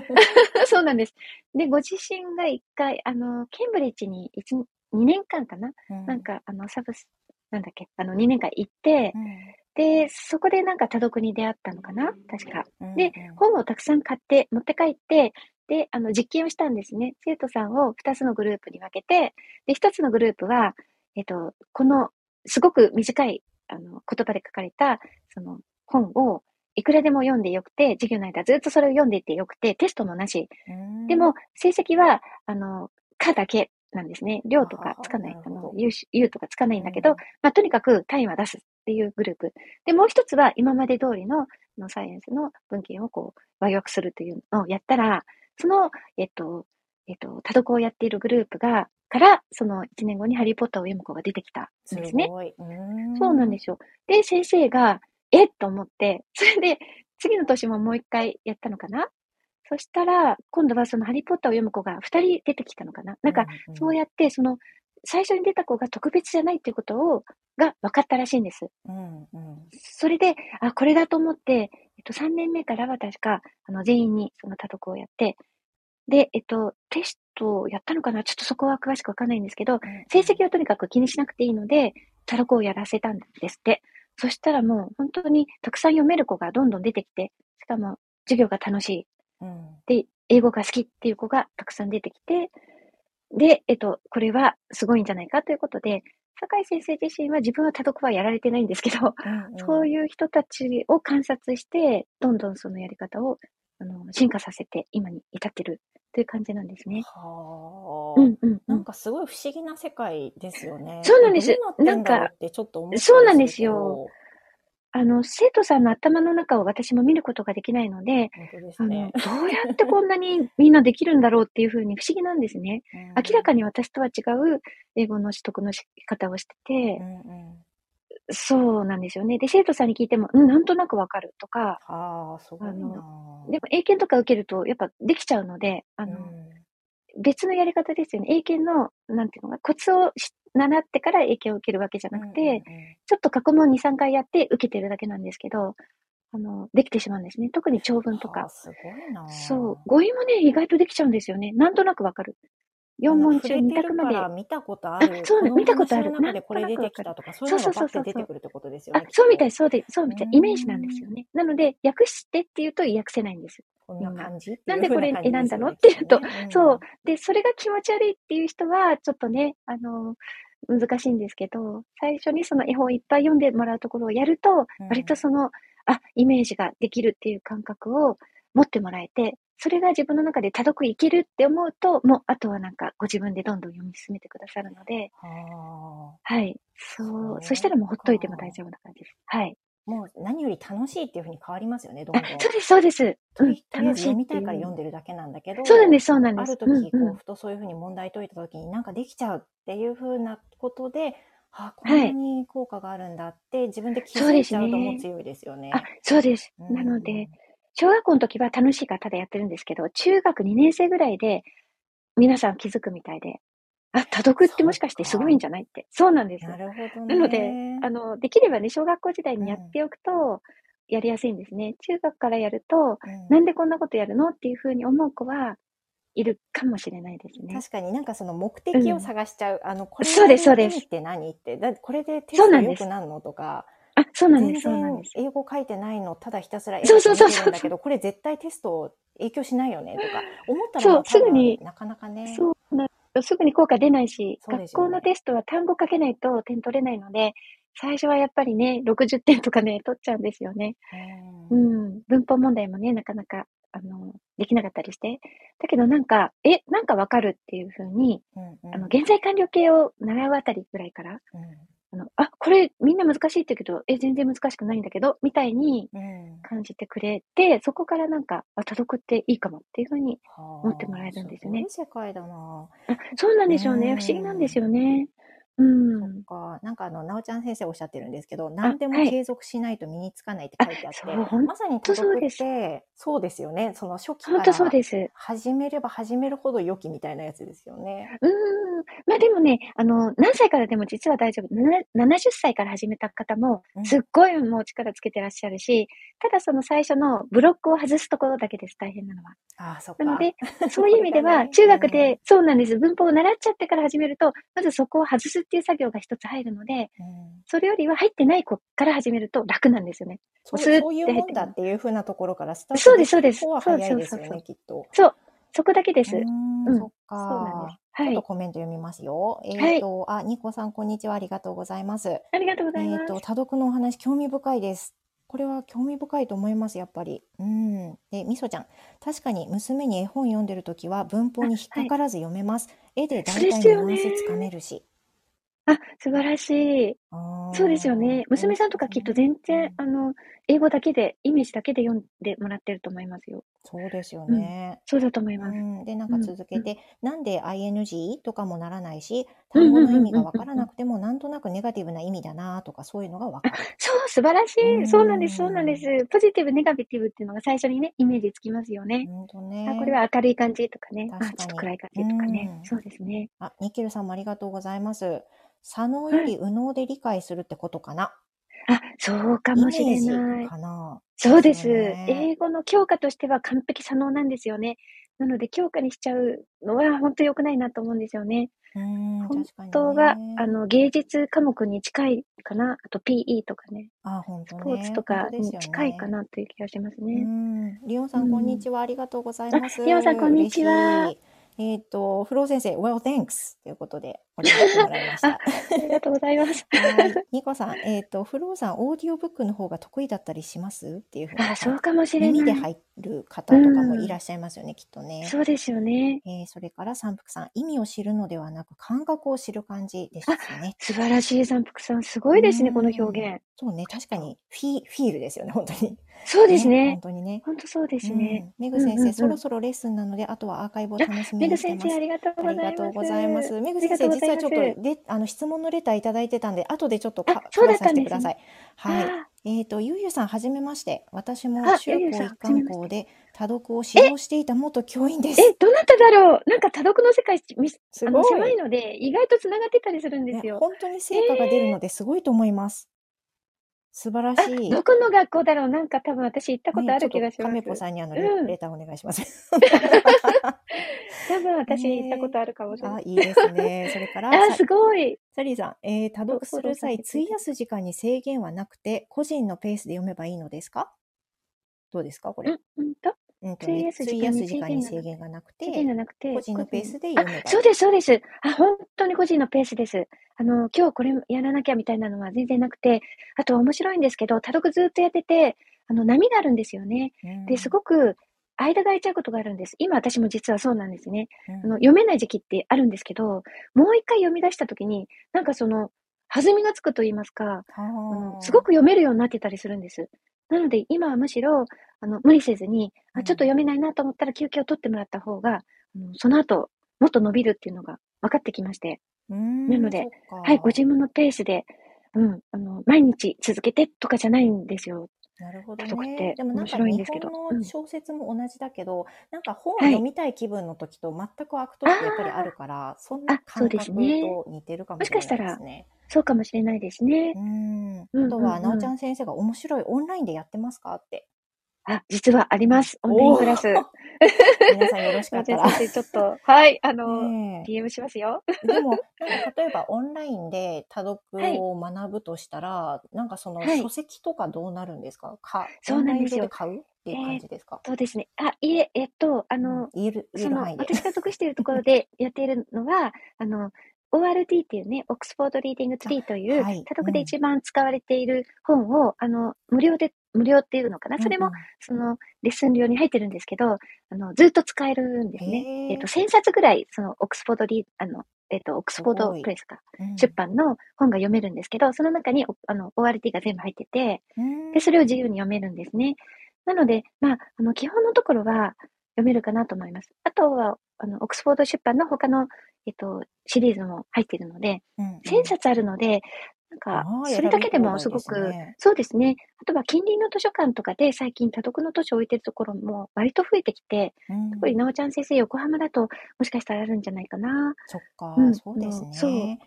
B: そうなんです。で、ご自身が一回、あの、ケンブリッジに1、2年間かな、
A: うん
B: なんか、あの、サブス、なんだっけ、あの、2年間行って、
A: う
B: で、そこでなんか多読に出会ったのかな確か。
A: ん
B: で、本をたくさん買って、持って帰って、で、あの、実験をしたんですね。生徒さんを2つのグループに分けて、で、1つのグループは、えっと、この、すごく短い、あの、言葉で書かれた、その、本を、いくらでも読んでよくて、授業の間ずっとそれを読んでいてよくて、テストもなし。
A: うん
B: でも、、成績は、あの、かだけなんですね。量とかつかない
A: あ。ー
B: あ
A: なるほ
B: の
A: ど、
B: 優秀優とかつかないんだけ
A: う
B: ど
A: ん、
B: まあ、とにかく単位は出すっていうグループ。で、もう一つは今まで通りのあのサイエンスの文献をこう、和訳するというのをやったら、その、えっと、えっと、多読をやっているグループが、から、その1年後にハリーポッターを読む子が出てきたんですね。
A: ごい。。
B: そうなんですすよ。で、先生が、えっと思って、それで、次の年ももう一回やったのかなそしたら、今度はそのハリーポッターを読む子が二人出てきたのかななんか、
A: う
B: そうやって、その、最初に出た子が特別じゃないっていうことを、が分かったらしいんです。
A: うんうん
B: それで、あ、これだと思って、えっと、3年目からは確か、あの、全員にその多読をやって、で、えっと、テストをやったのかなちょっとそこは詳しくわかんないんですけど、成績はとにかく気にしなくていいので、タラコをやらせたんですって。そしたらもう本当にたくさん読める子がどんどん出てきて、しかも授業が楽しい。
A: うん
B: で、英語が好きっていう子がたくさん出てきて、で、えっと、これはすごいんじゃないかということで、酒井先生自身は自分は多読はやられてないんですけど、
A: うん
B: そういう人たちを観察して、どんどんそのやり方をあの進化させて今に至ってるという感じなんですね。
A: はあ、
B: うんうんう
A: なん
B: ん。
A: かすごい不思議な世界ですよね。
B: そうなんです
A: どうなってんだろう
B: なんか
A: ってちょっと思ったり
B: そうなんです
A: るけど
B: よ。あの、生徒さんの頭の中を私も見ることができないので、
A: 本当です
B: あ
A: ね
B: の、。どうやってこんなにみんなできるんだろうっていうふうに不思議なんですね。明らか
A: に。
B: に私とは違う英語の取得の仕方をしてて
A: う、んうん
B: そうなんですよね。で、生徒さんに聞いても、うん、なんとなくわかるとか、
A: はあ、すごいな。
B: あでも英検とか受けるとやっぱできちゃうので、あ
A: う
B: の、
A: ん
B: 別のやり方ですよね。英検の、なんていうのか、コツをし習ってから英検を受けるわけじゃなくて、
A: うんうん
B: ちょっと過去問2、3回やって受けてるだけなんですけど、あの、できてしまうんですね。特に
A: う
B: 長
A: ん
B: 文と
A: はあ
B: か。
A: すごいな。
B: そう。語彙もね、意外とできちゃうんですよね。なんとなくわかる。4問中2択ま
A: あ
B: で。
A: の触れてるから見たことある。
B: あそうなの
A: こ
B: 見たことある
A: 話の中でこれ
B: なん
A: 出
B: となく
A: てきた
B: わかる
A: とか、そういうの
B: そ
A: が
B: う
A: バ
B: そう
A: ッて
B: そうそう
A: 出てくるってことですよ
B: あ
A: ね。、
B: そうみたい、
A: い。
B: そうで、そうみたい。
A: うん
B: イメージなんですよね。なので、訳してっていうと訳せないんです。
A: こんな感じ
B: なんでこれ選んだの
A: っていう風な感じです
B: そ
A: よね
B: う。で、それが気持ち悪いっていう人は、ちょっとね、あの、難しいんですけど、最初にその絵本をいっぱい読んでもらうところをやると、
A: うん
B: 割とその、あ、イメージができるっていう感覚を持ってもらえて、それが自分の中で多読いけるって思うと、もう、あとはなんかご自分でどんどん読み進めてくださるので、
A: はあ
B: はい。そう、
A: そう
B: そしたらもうほっといても
A: か
B: 大丈夫な感じです。はい。
A: もう何より楽しいっていうふうに変わりますよね、どんど
B: あ
A: ん。
B: そうです、そうです。
A: と
B: うん
A: りとりあえず読みたいから
B: 楽し
A: 読
B: っ
A: んでるだけなんだけ
B: て
A: ど、
B: いうそうなんです、そうなん
A: あ
B: です
A: る。
B: うん
A: 時、
B: う
A: こ
B: ん
A: う、ふとそういうふうに問題解いた時になんかできちゃうっていうふうなことで、あ、こんなに効果があるんだって自分で気づいちゃうともう強いですよね。
B: あ、そうです。
A: うん
B: なので、、小学校の時は楽しいからただやってるんですけど、中学2年生ぐらいで皆さん気づくみたいで、あ、多読ってもしかしてすごいんじゃないって。そうなんです。
A: な
B: な
A: るほどね。
B: ので、あの、できればね、小学校時代にやっておくと、やりやすいんですね。中学からやると、
A: うん
B: なんでこんなことやるのっていうふうに思う子はいるかもしれないですね。
A: 確かになんかその目的
B: う
A: を
B: ん
A: 探しちゃう。あの、これ
B: そうです
A: や
B: そう
A: る
B: で
A: 意
B: す
A: 味って何って、だこれでテ
B: そう
A: スト
B: なんで
A: 良
B: す
A: くなるのとか、
B: あ、そうなんで
A: 全
B: す、そうなん
A: 然
B: です。
A: 英語書いてないの、ただひたすら英
B: そ
A: 語
B: う
A: 書
B: そう
A: い
B: そ
A: て
B: うそう
A: るんだけど、これ絶対テスト影響しないよねとか、思ったら
B: そう
A: まあ多
B: すぐに
A: 分なかなかね。
B: そうなんですすぐに効果出ないし、
A: そうで
B: 学
A: すよね
B: 校のテストは単語書けないと点取れないので、最初はやっぱりね、60点とかね、取っちゃうんですよね。
A: うん
B: うん。文法問題もね、なかなか、あの、できなかったりして。だけどなんか、え、なんかわかるっていうふうに、
A: うんうん
B: あの、現在完了形を習うあたりぐらいから、あの、あ、これみんな難しいって言うけど、え、全然難しくないんだけど、みたいに
A: うんうん
B: 感じてくれて、そこからなんか、あ、多読っていいかもっていうふうに、
A: はあ
B: 持ってもらえるんですよね
A: ごい世界だな。
B: あ、そうなんでしょう
A: う
B: ね。
A: ん
B: 不思議なんですよね。う
A: そっ
B: ん。
A: か。なんかあの、なおちゃん先生おっしゃってるんですけど、何でも
B: はい
A: 継続しないと身につかないって書いてあって、
B: そう、ほん
A: まさに
B: 当
A: 孤
B: そう
A: 独
B: で
A: っ
B: す
A: て、そうですよね。その初期
B: ほん
A: か
B: とそう
A: ら
B: です。
A: 始めれば始めるほど良きみたいなやつですよね。
B: うーん。まあでもね、あの、何歳からでも実は大丈夫。な70歳から始めた方も
A: う、ん
B: すっごいもう力つけてらっしゃるし、ただその最初のブロックを外すところだけです、大変なのは。
A: ああ、そっか。
B: なので、そういう意味で
A: これが
B: は、
A: ね
B: 中学で、そうなんです。文法を習っちゃってから始めると、まずそこを外すっていう作業が一つ入るので、
A: うん
B: それよりは入ってない子から始めると楽なんですよね。
A: そう
B: スーッ
A: そういう
B: て入
A: も
B: って
A: ん
B: く
A: だ
B: る
A: っていうふうなところからスタート
B: そうですそうです
A: きる方は早いです
B: そうそ
A: よ
B: うそうそ
A: ね、きっと。
B: そこだけです。
A: うー、
B: うんん
A: そっ
B: そうなんで
A: か
B: す。。
A: ちょ
B: は
A: っと
B: い。
A: コメント読みますよ。えっと、あ、ニコさん、こんにちは。ありがとうございます。
B: ありがとうござい
A: えっ
B: ます。
A: と、多読のお話、興味深いです。これは興味深いと思います、やっぱり。うん。で、みそちゃん、確かに娘に絵本読んでるときは文法に引っかからず読めます。絵で大
B: そうで
A: 体
B: すよ
A: ニュア
B: ね
A: ンスつかめるし。
B: あ、素晴らしい。そうですよね。娘さんとかきっと全然、
A: あ
B: あ
A: ー
B: の、英語だけで、イメージだけで読んでもらってると思いますよ。
A: そうですよね。
B: そうだと思いうます。
A: ん、で、なん
B: う
A: か
B: ん
A: 続けて、なんで ING とかもならないし、
B: うん
A: 単語
B: うん
A: の
B: うん
A: 意
B: うん
A: 味がわからなくても、なんとなくネガティブな意味だなとか、そういうのがわかる。
B: そう、素晴らし
A: うん
B: い。そうなんです、そうなんです。ポジティブ、ネガティブっていうのが最初にね、イメージつきますよね。
A: 本当
B: あ、
A: ね。
B: これは明るい感じとかね。
A: 確か
B: あ、
A: に
B: ちょっと暗い感じとかね
A: う。ん
B: そうですね。
A: あ、ニキルさんもありがとうございます。左脳より右脳で理解するってことかな。
B: あ、そうかもしれ
A: イメ
B: な
A: ージ
B: い。
A: かな。
B: そうです。
A: よね
B: 英語の教科としては完璧左脳なんですよね。なので、教科にしちゃうのは本当良くないなと思うんですよね。
A: うん、
B: 本
A: 確かに、ね。
B: 当は、あ、の、芸術科目に近いかな。あと PE とかね。
A: あ、本
B: ス
A: 当
B: ポー
A: ね。
B: ツと
A: 本
B: か
A: 当です
B: に
A: よね。
B: 近いかなという気がします
A: う
B: ね。
A: ん、リオンさん、こんにちは。ありがとうございます。
B: あリオンさんこんにちは
A: 嬉しい。えっ、と、フロー先生、Well, thanks! ということで、お礼してもらいました。
B: あありがとうございます。
A: はい。ニコさん、えっ、と、フローさん、オーディオブックの方が得意だったりしますっていうふうに。
B: あ、そうかもしれ
A: 耳で
B: ない。
A: 入る方とかもいらっしゃいますよね、きっとね。
B: そうですよね。
A: えーそれから三福さん、意味を知るのではなく感覚を知る感じでしたね。
B: 素晴らしい山福さん。すごいですね、この表現。
A: そうね、確かにフィフィールですよね、本当に。
B: そうです
A: 本
B: ね。
A: 当にね。
B: 本当そうですね。
A: うん、メグ先生、
B: うんうんうん
A: そろそろレッスンなので、あとはアーカイブを楽しみ
B: メ
A: に
B: グ
A: して
B: 先
A: ます
B: 生、あ。りがとうご
A: あ
B: ざい
A: り
B: ます。
A: がとうございます。メグ
B: あり
A: 先
B: が
A: 生、
B: とうござ
A: 実
B: い
A: は
B: ます
A: ちょっとであの質問のレターいただいてたんで、後でちょっとか
B: あそう
A: か
B: だ
A: わ
B: っ
A: さ
B: た
A: せて
B: んで
A: く
B: すね
A: ださい。は
B: あ
A: い。えっ、と、ゆうゆうさん、はじめまして。私も
B: あ
A: 中
B: ゆうゆう
A: 高
B: さん
A: 一貫校で多読を指導していた元教員で
B: え
A: す。、
B: どなただろうなんか多読の世界、み
A: す
B: あの
A: ご
B: 狭
A: い
B: い。ので、意外とつながってたりするんで
A: ね
B: す、よ。
A: 本当に成果が出るのですごいと思います。素晴ら
B: あ
A: しい。
B: どこの学校だろうなんか多分私行ったことある気がし
A: カ
B: ま
A: メポ
B: す。
A: さんにあの
B: うん
A: レターお願いします。
B: 多分私
A: ねえ
B: 行ったことあるかもしれな
A: あ、
B: い。
A: いいですね。それから、
B: あ、
A: さ
B: すごい。
A: サリーさん、えー、多読する際、
B: どどうぞ
A: 費やす時間に制限はなくて、個人のペースで読めばいいのですかどうですかこ
B: う
A: れ。
B: ん、うんと、
A: うんと
B: 費
A: ね
B: やす時
A: 費や
B: 間に
A: す時間に制限がなく
B: 時間じ
A: て、
B: ゃなくて、
A: 個人のペースで
B: あ
A: 読めばいい。、
B: そうです、そうです。あ、本当に個人のペースです。あの、今日これやらなきゃみたいなのは全然なくて、あと面白いんですけど、多読ずっとやってて、あの、波があるんですよね。で、すごく、間が空いちゃうことがあるんです。今私も実はそうなんですね。
A: うん、
B: あの、読めない時期ってあるんですけど、もう一回読み出した時に、なんかその、弾みがつくと言いますか、あ
A: は
B: の
A: あ
B: すごく読めるようになってたりするんです。なので今はむしろあの無理せずに
A: う
B: あ
A: ん
B: ちょっと読めないなと思ったら休憩を取ってもらった方が、あのその後もっと伸びるっていうのが分かってきまして、
A: うーん
B: なので
A: そっか
B: はい、ご自分のペースで、うん、あの毎日続けてとかじゃないんですよ。
A: なるほど
B: 家族って
A: ね。でもなんか
B: 面白いん
A: 日
B: ですけど
A: 本
B: う
A: の
B: ん
A: 小説も同じだけど、なんか本を
B: はい
A: 読みたい気分の時と全く開く時ってやっぱりあるから、そんな
B: あそ
A: 感
B: うで
A: 覚
B: す
A: と
B: ね
A: 似てるかも
B: も
A: し
B: し
A: れ
B: かし
A: な
B: た
A: いで
B: ら
A: すね。
B: そうかもしれないですね。
A: うん。あ
B: うんうん
A: とは、なお
B: う
A: ちゃ
B: ん。
A: ん先生が面白いオンラインでやってますかって。
B: あ、実はあります。オンラインクラス。
A: 皆さんよろしか
B: あ
A: っ
B: じ
A: た
B: ゃ
A: ら
B: あ。先生、ちょっと、はい、あの、
A: ねえ
B: DM しますよ。
A: でも、なんか例えばオンラインで多
B: は
A: 読
B: い、
A: を学ぶとしたら、なんかその
B: はい。
A: 書籍とかどうなるんですかか、
B: そ
A: オ
B: う
A: ン
B: な
A: ラ
B: ん
A: イン
B: です
A: 上で
B: よ。
A: 買うって
B: え
A: いう感
B: ー
A: じですか
B: そうですね。あ、いえ、えっと、あ
A: うん。
B: の、
A: 言える、言え
B: そ
A: る
B: の、
A: 範囲で。
B: 私が属しているところでやっているのは、あの、ORT っていうね、オックスフォードリーディングツ
A: あ、
B: リーという、
A: はい。
B: 多
A: う
B: 読で
A: ん。
B: 一番使われている本を、あの、無料で、無料っていうのかな。
A: う
B: そ
A: ん
B: れ
A: う
B: も、
A: ん。
B: その、レッスン料に入ってるんですけど、あの、ずっと使えるんですね。えっ
A: へ
B: と、
A: え、
B: 1000冊ぐらい、その、オックスフォードリー、あの、えっと、オックス
A: す
B: フォード
A: ごい。
B: プレスか、
A: う
B: 出
A: ん。
B: 版の本が読めるんですけど、その中に、おあの、ORT が全部入ってて、
A: うー
B: で、それを
A: ん。
B: 自由に読めるんですね。なので、まあ、あの、基本のところは読めるかなと思います。あとは、あの、オックスフォード出版の他の、えっと、シリーズも入っているので、
A: うんう
B: 1000
A: ん。
B: 冊あるので、なんか、
A: まあ、
B: それ
A: 選
B: だ
A: び
B: けで
A: 放
B: も
A: 題
B: す
A: で
B: ご
A: す
B: く、
A: ね。
B: そうですね。あとは、近隣の図書館とかで最近多読の図書を置いてるところも割と増えてきて、
A: う
B: 特に
A: ん。
B: なおちゃん先生、横浜だともしかしたらあるんじゃないかな。
A: そっ
B: う
A: か、
B: ん、
A: そう
B: あ
A: です
B: のそう、
A: ね。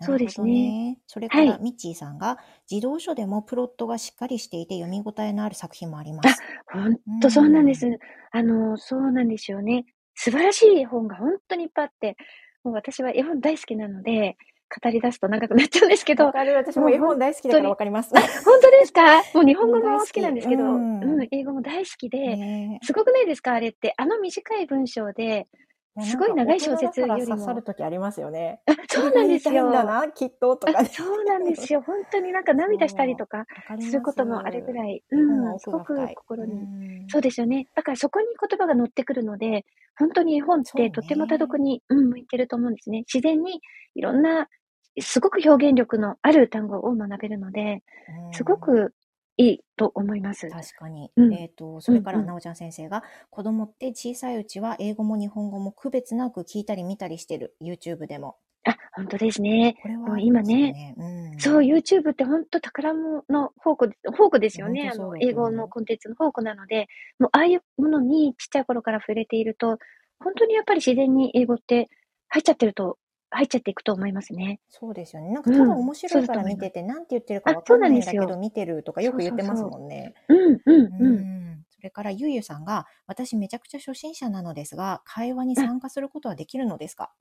A: な
B: そう
A: る
B: で
A: ほ
B: す
A: ど
B: ね。
A: ね。それか
B: は
A: ら、
B: い。
A: ミッチーさんが、児童書でもプロットがしっかりしていて読み応えのある作品もありま
B: あ、
A: す。
B: ほん
A: う
B: とそうなんで
A: ん。
B: す。あの、そうなんですよね。素晴らしい本が本当にいっぱいあって、もう私は絵本大好きなので、語り出すと長くなっちゃうんですけど、
A: わかる。私も絵本大好きだからわかります。ね
B: 本当ですかもう日本語も好きなんですけど、
A: う
B: うん
A: 大好
B: ん
A: きうん
B: 英語も大好きで、
A: え
B: すごくないですかあれって。あの短い文章で、
A: や
B: すごい長い小説よりも
A: なんか大人だから刺さる時ありますよね。
B: あ、 そうなんです
A: これが言い
B: よ。
A: たいんだな、きっと、とか
B: あ
A: ね。
B: そうなんですよ。本当になんか涙したりとか
A: わかります
B: ることもあるぐら
A: い。
B: い、
A: うん
B: うん、す
A: 奥
B: ご
A: が深
B: く
A: い
B: 心
A: う
B: に。
A: ん
B: そうですよね。だからそこに言葉が乗ってくるので、本当に絵本っ
A: そうね
B: てとても多読に、うん、向いてると思うんですね。自然にいろんな、すごく表現力のある単語を学べるので、
A: うん
B: すごくいいと思います。
A: 確かに、
B: うん
A: えっ、と、それから、
B: うん
A: なおちゃん先生が、子供って小さいうちは英語も日本語も区別なく聞いたり見たりしてる、YouTube でも。
B: あ、本当ですね。
A: これは、
B: もう今ね
A: うん、
B: そう、YouTube って本当宝物の宝庫で、宝庫ですよ
A: 本
B: ね。あ
A: 当そう
B: の、
A: だと思う
B: 英語のコンテンツの宝庫なので、もうああいうものにちっちゃい頃から触れていると、本当にやっぱり自然に英語って入っちゃってると、入っちゃっていくと思いますね。
A: そうですよね。なんか、ただ
B: うん
A: 面白いから
B: そうだと思い
A: 見
B: ます
A: てて、なんて言ってるか
B: あ
A: わかんないんだ
B: そう
A: け
B: なんです
A: ど、
B: よ
A: 見てるとかよく言ってますもんね。
B: うん、うん、
A: う
B: うん。
A: んそれから、ゆうゆさんが、私めちゃくちゃ初心者なのですが、会話に参加することはできるのですか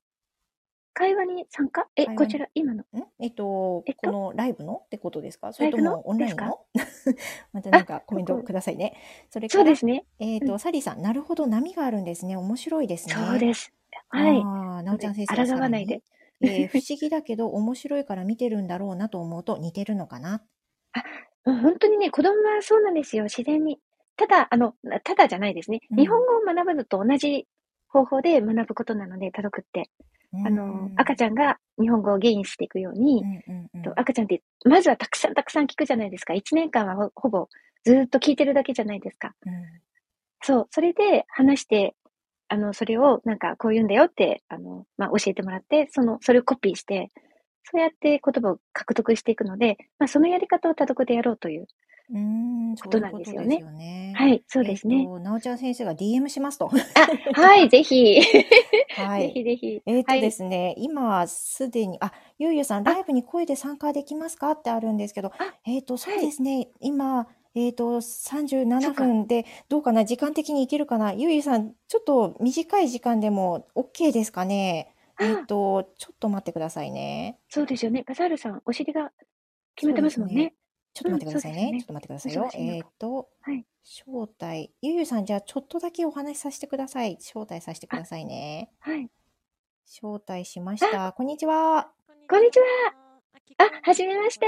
B: 会話に参加え、
A: 会話に
B: こちら、今の。
A: んえっと、
B: えっと
A: このライブのってことですかそ
B: ラ
A: れ
B: イ
A: と
B: ブの
A: もオンラインの また
B: か
A: なんかコメント
B: あここ
A: くださいね。それ
B: そ
A: か
B: うで
A: ら、
B: すね。
A: えっ、
B: う
A: と、サリーさん、なるほど、波があるんですね。面白いですね。
B: そう
A: す。
B: です。はい。
A: なおちゃん先生
B: 抗わない
A: さ
B: で
A: らにえー不思議だけど、面白いから見てるんだろうなと思うと似てるのかな。
B: もう本当にね、子供はそうなんですよ、自然に。ただ、あの、なただじゃないですね。
A: うん
B: 日本語を学ぶのと同じ方法で学ぶことなので、多読って。あの、赤ち
A: ゃ
B: ゃんが日本語をゲインしていくように、
A: ん、うんうん
B: と赤ちゃんって、まずはたくさんたくさん聞くじゃないですか。1年間はほほぼずーっと聞いてるだけじゃないですか。
A: うん
B: そう、それで話して、あの、それをなんかこう言うんだよって、あの、まあ、教えてもらって、その、それをコピーして、そうやって言葉を獲得していくので、まあ、そのやり方を多読でやろうという。
A: うん、
B: こ
A: そう
B: と
A: いう
B: な
A: こ
B: ん
A: とです
B: で
A: す
B: よ
A: よ
B: ね
A: ね。、
B: はいい、そうですね。
A: なおちゃん先生が DM しますと。
B: あ、はい、ぜひ。
A: は
B: ぜ
A: い。
B: ひぜひ。
A: えー
B: は
A: と
B: い
A: ですね、今すでに、あ、ゆうゆうさん、
B: あ
A: ライブに声で参加できますかってあるんですけど、えーと、そうですね、今、えーと、
B: そ
A: 37
B: っか
A: 分で、どうかな、時間的にいけるかな、ゆうゆうさん、ちょっと短い時間でも OK ですかね。
B: あ
A: えーと、ちょっと待ってくださいね。
B: そうですよね。ガザールさん、お尻が決まってますもん
A: そうです
B: ね。
A: ちょっと待ってくださいね。
B: うん
A: ちょっと待ってくださいよ
B: 忙。しい中
A: えーと、
B: はい
A: 招待、ゆうゆうさん、じゃあ、ちょっとだけお話しさせてください。招待させてくださいね。
B: はい。
A: 招待しました。こんにちは。
B: こんにちは。
C: あ
B: あ、はじめまして。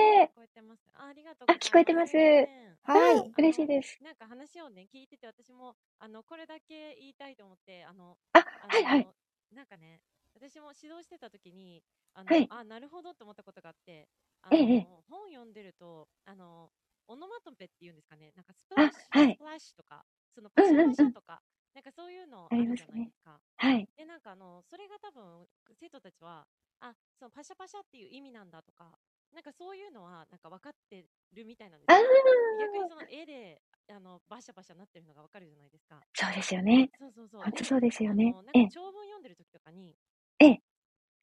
C: ありがとう
B: あ聞こえてます
A: はい
B: あ嬉しいです。
C: なんか話をね聞いてて私もあのこれだけ言いたいと思ってあの
B: あ、
C: あの
B: はいはい。
C: なんかね私も指導してた時にあの、
B: はい
C: あなるほどと思ったことがあってあの、
B: ええ
C: 本読んでるとあのオノマトペっていうんですかねなんかスプ
B: あ
C: ラッシュ、
B: はい
C: スプラッシュとかそのパシャ
B: うんうんうん
C: パシャとか、なんかそういうのあ
B: あり
C: る
B: ま
C: じ
B: す
C: ゃ
B: ね
C: ないですか。
B: はい。
C: でなんかあのそれが多分生徒たちはあそのパシャパシャっていう意味なんだとかなんかそういうのはなんか分かってるみたいなんで
B: あ
C: す
B: ー
C: よ逆にその絵であのバシャバシャなってるのが分かるじゃないですか
B: そうですよね。
C: そうそうそう
B: 本
C: で
B: 当そうですよ
C: あ
B: ね
C: の。
B: え
C: なん
B: え
C: か、長文読んでる時とかに
B: ええ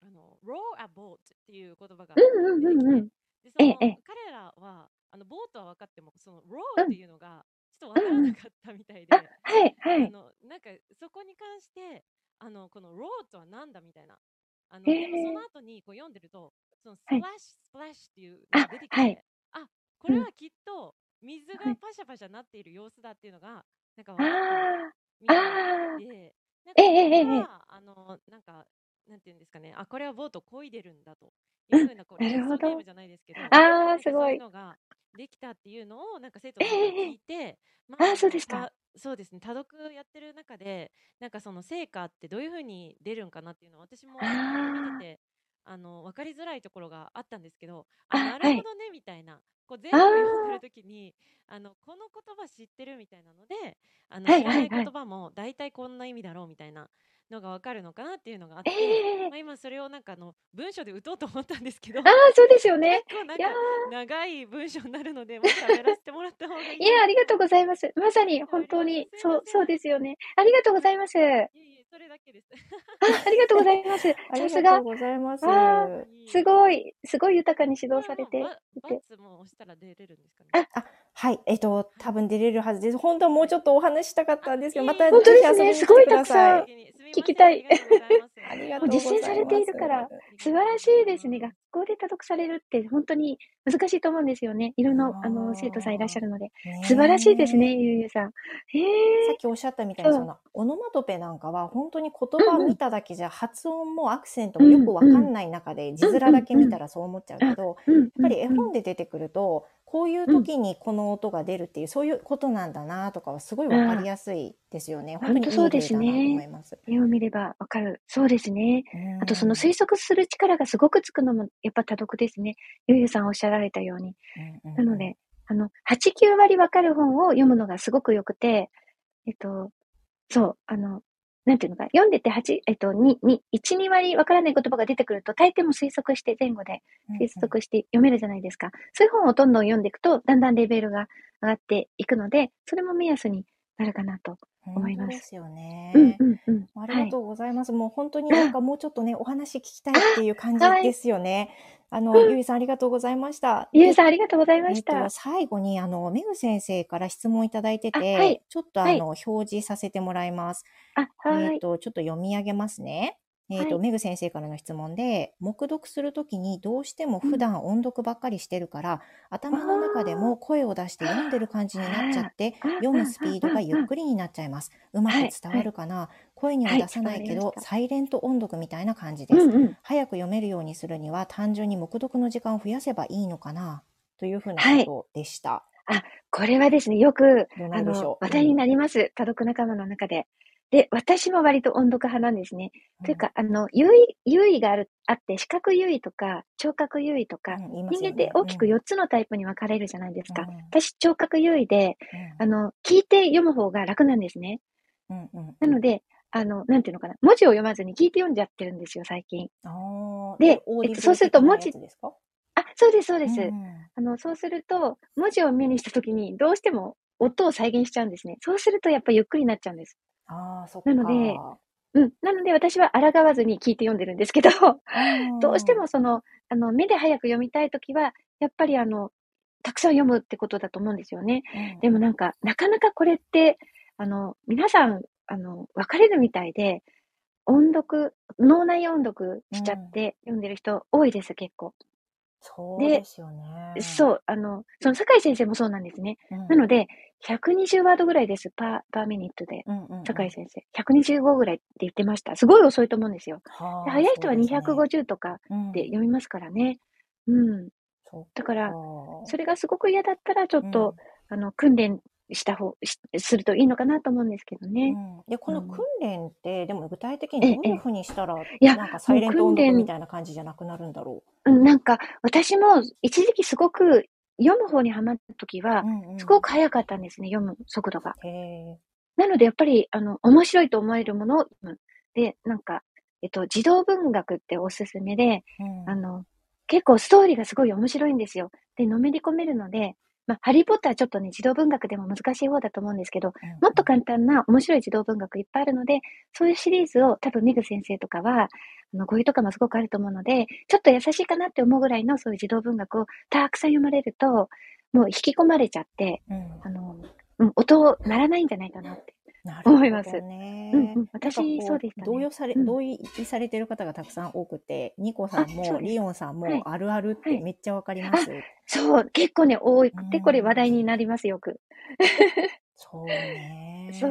C: あの row a boat っていう言葉が
B: うんうんうんう
C: 出て
B: ん。
C: きてで
B: えええ
C: その
B: え
C: 彼らはあのボートは分かってもその
B: う
C: row
B: ん
C: っていうのがちょっと分からなかったみたいで、
B: あ、はいは
C: あ
B: い。
C: のなんかそこに関してあのこのローとはなんだみたいなあの、
B: へ
C: でも
B: ー
C: その後にこう読んでるとそのスプ
B: は
C: ラッ
B: い
C: シュスプラッシュっていうのが出てきてあ,、
B: はい
C: これ
B: うん
C: はきっと水が
B: はい
C: パシャパシャなっている様子だっていうのがなんか分
B: あ
C: かった
B: あ、
C: み
B: あ
C: たい
B: あ、
C: でなんか
B: ええええ
C: そこ
B: ええ
C: があのなんかなんていうんですかねあこれはボート漕いでるんだというふうなこう
B: なるほど
C: 連想ゲームじゃないですけど
B: あ
C: なん
B: あ、
C: か
B: すご
C: そういう
B: い。
C: のができたっていうのをなんか生徒の
B: ええええ
C: 聞いて、ま
B: あーそうですか
C: たそうですね多読やってる中でなんかその成果ってどういうふうに出るんかなっていうのを私も
B: あ
C: あの見て
B: あ、
C: てあの分かりづらいところがあったんですけどあ
B: あ
C: なる
B: は
C: ほ
B: い。
C: どねみたいなこう全
B: あ
C: 部
B: あ、
C: 読んでる時にあのこの言葉知ってるみたいなのであの
B: は
C: 知
B: い
C: ら
B: は
C: ない
B: いは
C: 言
B: い。
C: 葉も大体こんな意味だろうみたいなのが分かるのかなっていうのがあっ
B: ええ
C: て、
B: ええええ
C: まあ、今それをなんかあの文章で打とうと思ったんですけど
B: ああ、そうです よね。
C: 結構なん
B: いや
C: か
B: ー
C: 長い文章になるので、もう喋らせてもらった方がいい
B: い
C: んじゃ
B: や、あ
C: ない
B: り
C: か
B: が
C: な
B: とうございます。まさに、
C: と思
B: 本
C: い
B: 当に、
C: ます。すい
B: そ
C: ま
B: う、
C: せ。
B: そうんですよね。ありがとうございます。あ、
C: いえいえ、それだけです。
B: ありがとうございます。
A: あ
B: さ
A: りがと
B: すが
A: う、ございます。
B: あ
A: あ、
C: いえい
B: す
C: え
B: ごい、すごい豊かに指
C: こ
B: 導さ
C: れは
B: れ
C: もう
B: て
C: バ、
B: い
C: バ
B: て。
C: ツも押したら出れるんですかね。
B: あ
A: はい、えっと、多分出れるはずです。本当はもうちょっとお話ししたかったんですけど、
C: あ
A: また
C: いえいえ
A: ぜ
B: 本当
A: ひ
B: です
A: 遊
B: ね
A: びに
B: す
A: 来
B: ご
A: て
B: い
A: くだ
B: たくさ
A: さ
B: ん
A: い。
C: すみ
B: 聞きたい。
A: ありがとうござい
C: がとうございます
A: ます。
B: 実践されているから素晴らしいですね。学校で多読されるって本当に難しいと思うんですよね。いろんなあ
A: あ
B: の
A: ー
B: 生徒さんいらっしゃるので。
A: ね
B: 素晴らしいですね、。ゆうゆうさん。へ
A: さ
B: え
A: っ。きおっしゃったみたいに、
B: そう
A: そのオノマトペなんかは、本当に言葉
B: うんうん
A: 見ただけじゃ、発音もアクセントもよくわかんない中で、字面だけ見たらそう思っちゃうけど、
B: やっ
A: やっぱり絵本で出てくると、こういう時にこの音が出るっていう、そういうことなんだなとかは、すごいわかりやすいですよね。
B: ん
A: 本当にいい例だなと思います。
B: 絵を見ればわかる。そうですね。
A: うん
B: あとその推測する力がすごくつくのもやっぱ多読ですね。ゆうゆうさんおっしゃられたように。
A: うんうん
B: なので、あの、8、9割わかる本を読むのがすごく良くて、えっと、そう、あの、なんていうのか、読んでて8、えっと、2、2、1、2割わからない言葉が出てくると、大抵も推測して前後で
A: うんうん
B: 推測して読めるじゃないですか。そういう本をどんどん読んでいくと、だんだんレベルが上がっていくので、それも目安になるかなと。思いま
A: 本
B: す
A: 当ですよね。
B: うんうんうん。
A: あ
B: は
A: りが
B: い
A: とうございます。もう本当になんかもうちょっとね、お話聞きたいっていう感じ
B: はい
A: ですよね。あの、ゆいさんありがとうございました。
B: ゆうさん、ありがとうございまし
A: えったと、。最後に、あの、めぐ先生から質問いただいてて、
B: あはい
A: ちょっとあの、表示させてもらいます。
B: あ、は
A: えっ
B: い。
A: と、ちょっと読み上げますね。えっと、
B: は
A: めぐ先生からの質問で、黙読するときにどうしても普段音読ばっかりしてるから、頭の中でも声を出して読んでる感じになっちゃって、
B: あ
A: 読むスピードがゆっ
B: り。
A: くりになっちゃいます。うまく伝わるかな、声には出さないけど、
B: はい伝わりました
A: サイレント音読みたいな感じです。
B: うんうん。
A: 早く読めるようにするには単純に黙読の時間を増やせばいいのかなというふうなことでした。
B: これはですね、よく、
A: どうな
B: あ
A: るでしょ
B: の、
A: う。
B: 話題になります。多読仲間の中で。で、私も割と音読派なんですね。というか、あの、優位、優位がある、あって、視覚優位とか、聴覚優位とか、人間って大きく
A: よ
B: 4つのタイプに分かれるじゃないですか。
A: うん
B: 私、聴覚優位で、あの、聞いて読む方が楽なんですね。なの
A: で、
B: で、あの、なんていうのかな。文字を読まずに聞いて読んじゃってるんですよ、最近。
A: あー
B: で
A: えオーディブル
B: えっとそうすると文字
A: 的なやつですか
B: あ、そうです、そうです。
A: うん
B: あの、そうすると、文字を目にしたときに、どうしても音を再現しちゃうんですね。そうすると、やっぱゆっくりになっちゃうんです。
A: あーそっ
B: なのでうん。なので、私は抗わずに聞いて読んでるんですけど、
A: か
B: どうしてもその、あの、目で早く読みたいときは、やっぱりあの、たくさん読むってことだと思うんですよね。でもなんか、なかなかこれって、あの、皆さん、あの、分かれるみたいで、音読、脳内音読しちゃって読んでる人多いです、結構。
A: そうですよね。
B: そう、あの、その、酒井先生もそうなんですね。
A: うん。
B: なので、120ワードぐらいです、パー、パーミニットで。
A: うんうんうん、
B: 酒井先生。125ぐらいって言ってました。すごい遅いと思うんですよ。
A: は
B: で
A: あ
B: 早い人は
A: そう
B: 250とか
A: すね
B: で
A: うん
B: 読みますからね。うん。
A: そっ
B: だから、
A: か
B: それがすごく嫌だったら、ちょっと、あの、訓練した方、しするといいのかなと思うんですけど
A: う
B: ね。
A: んでこの
B: うん
A: 訓練って、でも具体的にどういうふうにしたら、
B: えいや
A: なんかサイレント音
B: もう訓
A: 読
B: 練
A: みたいな感じじゃなくなるんだろ
B: うん、なんか、私も一時期すごく読む方にハマった時
A: う。
B: は
A: う、んうん
B: すごく早かったんですね、読む速度が。
A: へえ
B: なので、やっぱり、あの、面白いと思えるものを読む。で、なんか、えっと、児童文学っておすすめで、
A: うん
B: あの、結構ストーリーがすごい面白いんですよ。で、のめり込めるので、まあ、ハリーポッターちょっとね、児童文学でも難しい方だと思うんですけど、もっと簡単な面白い児童文学いっぱいあるので、そういうシリーズを多分ミグ先生とかは、あの、語彙とかもすごくあると思うので、ちょっと優しいかなって思うぐらいのそういう児童文学をたくさん読まれると、もう引き込まれちゃって、
A: うん
B: あの、うん、音を鳴らないんじゃないかなって。
A: なるほどね
B: 思いますうんうん
A: なんかこ
B: 私そうでしたね
A: 同様され、
B: うん
A: 同意されてる方がたくさん多くて、ニコさん
B: あそう
A: も
B: です
A: リオンさん
B: はい
A: もあるあるっ
B: は
A: て
B: い
A: めっちゃわかります。
B: そう、結構ね、多く
A: う
B: て、
A: ん
B: これ話題になります、よく。
A: そうね。
B: そう。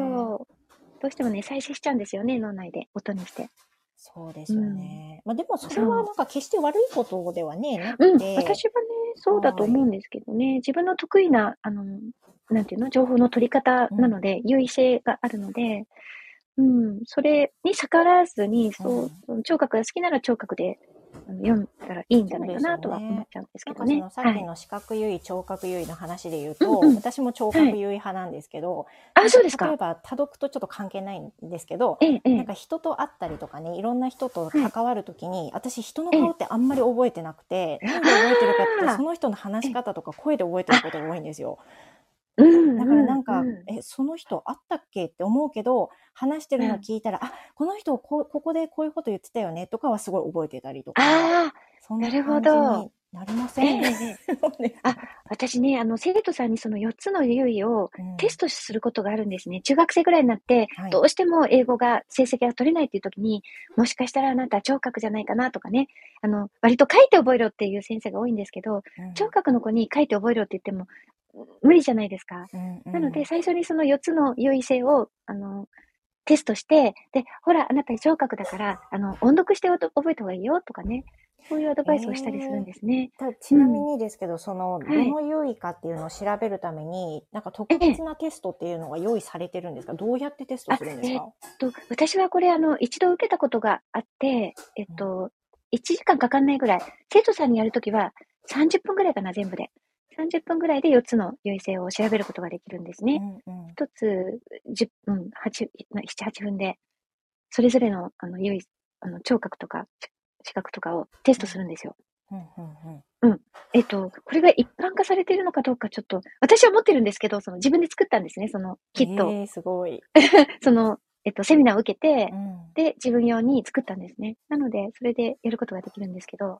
B: どうしてもね、再生しちゃうんですよね、脳内で、音にして。
A: そうですよね。まあでもそれはなんか決して悪いことではね、な
B: う
A: く
B: ん、
A: て、
B: 私はね、そうだと思うんですけどね、自分の得意な、あの、なんていうの、情報の取り方なので、優位性があるので、うん、それに逆らわずに、そう、聴覚が好きなら聴覚であの読んだらいいんじゃないかなとは
A: そうですよね
B: 思っちゃうんです
A: な
B: け
A: ん
B: ど
A: かそ
B: ね
A: の。さ
B: は
A: っき
B: い。
A: の視覚優位、聴覚優位の話で言うと、
B: うんうん
A: 私も聴覚優位派なんですけど、
B: あ、そうです
A: 例
B: か
A: え。ば多読とちょっと関係ないんですけど、
B: ええ、え
A: なん
B: え。
A: か人と会ったりとかねいろんな人と
B: はい
A: 関わるときに、私人の顔ってあんまり覚えてなくて、なんで覚えてるかってい
B: あ
A: う
B: ー
A: とその人の話し方とか声で覚えてることが多いんですよ。
B: うん。
A: だからなんか、
B: うん
A: えその人会ったっけって思うけど話してるの聞いたら、あこの人こうここでこういうこと言ってたよねとかはすごい覚えてたりとか
B: ああ、
A: そんな
B: なるほ
A: 感
B: ど
A: じになりま
B: ええ
A: せん
B: え
A: ね。
B: えええ私ね、あの、生徒さんにその4つの優位をテストすることがあるんですね。中学生ぐらいになって、
A: はい
B: どうしても英語が、成績が取れないっていう時に、もしかしたらあなた聴覚じゃないかなとかね、あの、割と書いて覚えろっていう先生が多いんですけど、
A: うん
B: 聴覚の子に書いて覚えろって言っても、無理じゃないですか。
A: うんうん
B: なので、最初にその4つの優位性を、あの、テストして、で、ほら、あなた聴覚だから、あの、音読しておと覚えた方がいいよとかね、そういうアドバイスをしたりするんですね。
A: たちなみにですけど、その、ど
B: はい
A: の優位かっていうのを調べるために、なんか特別なテストっていうのが用意されてるんですかどうやってテストするんですか
B: と私はこれあの一度受けたことがあって、えっと、1時間かかんないぐらい生徒さんにやるときは30分ぐらいかな全部で30分ぐらいで4つの優位性を調べることができるんです
A: う
B: ね、
A: んうん
B: 1つ10分78分でそれぞれのあの優位あの聴覚とかし視覚とかをテストするんですよ、
A: うんうんうん
B: えっとこれが一般化されているのかどうかちょっと私は持ってるんですけどその自分で作ったんですねそのキットを、
A: えーすごい。
B: その、えっと、セミナーを受けて、
A: うん
B: で、自分用に作ったんですね。なので、それでやることができるんですけど。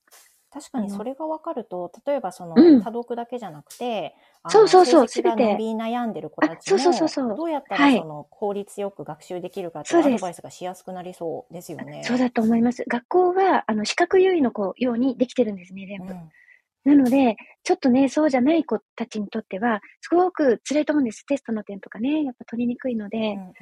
A: 確かにそれが分かると、例えばその
B: うん
A: 多読だけじゃなくて、あの
B: そうそうそう
A: 成績が
B: 全て
A: 伸び悩んでる子たち
B: あそうそうそうそ
A: も、
B: う
A: どうやった
B: は
A: ら
B: い
A: その効率よく学習できるかっていう
B: そう
A: ア
B: で
A: ド
B: す
A: バイスがしやすくなりそうですよね。
B: そうだと思います。学校は、あの、視覚優位の子ようにできてるんですね、全部。
A: うん
B: なので、ちょっとね、そうじゃない子たちにとっては、すごく辛いと思うんです。テストの点とかね、やっぱ取りにくいの
A: う
B: で、
A: ん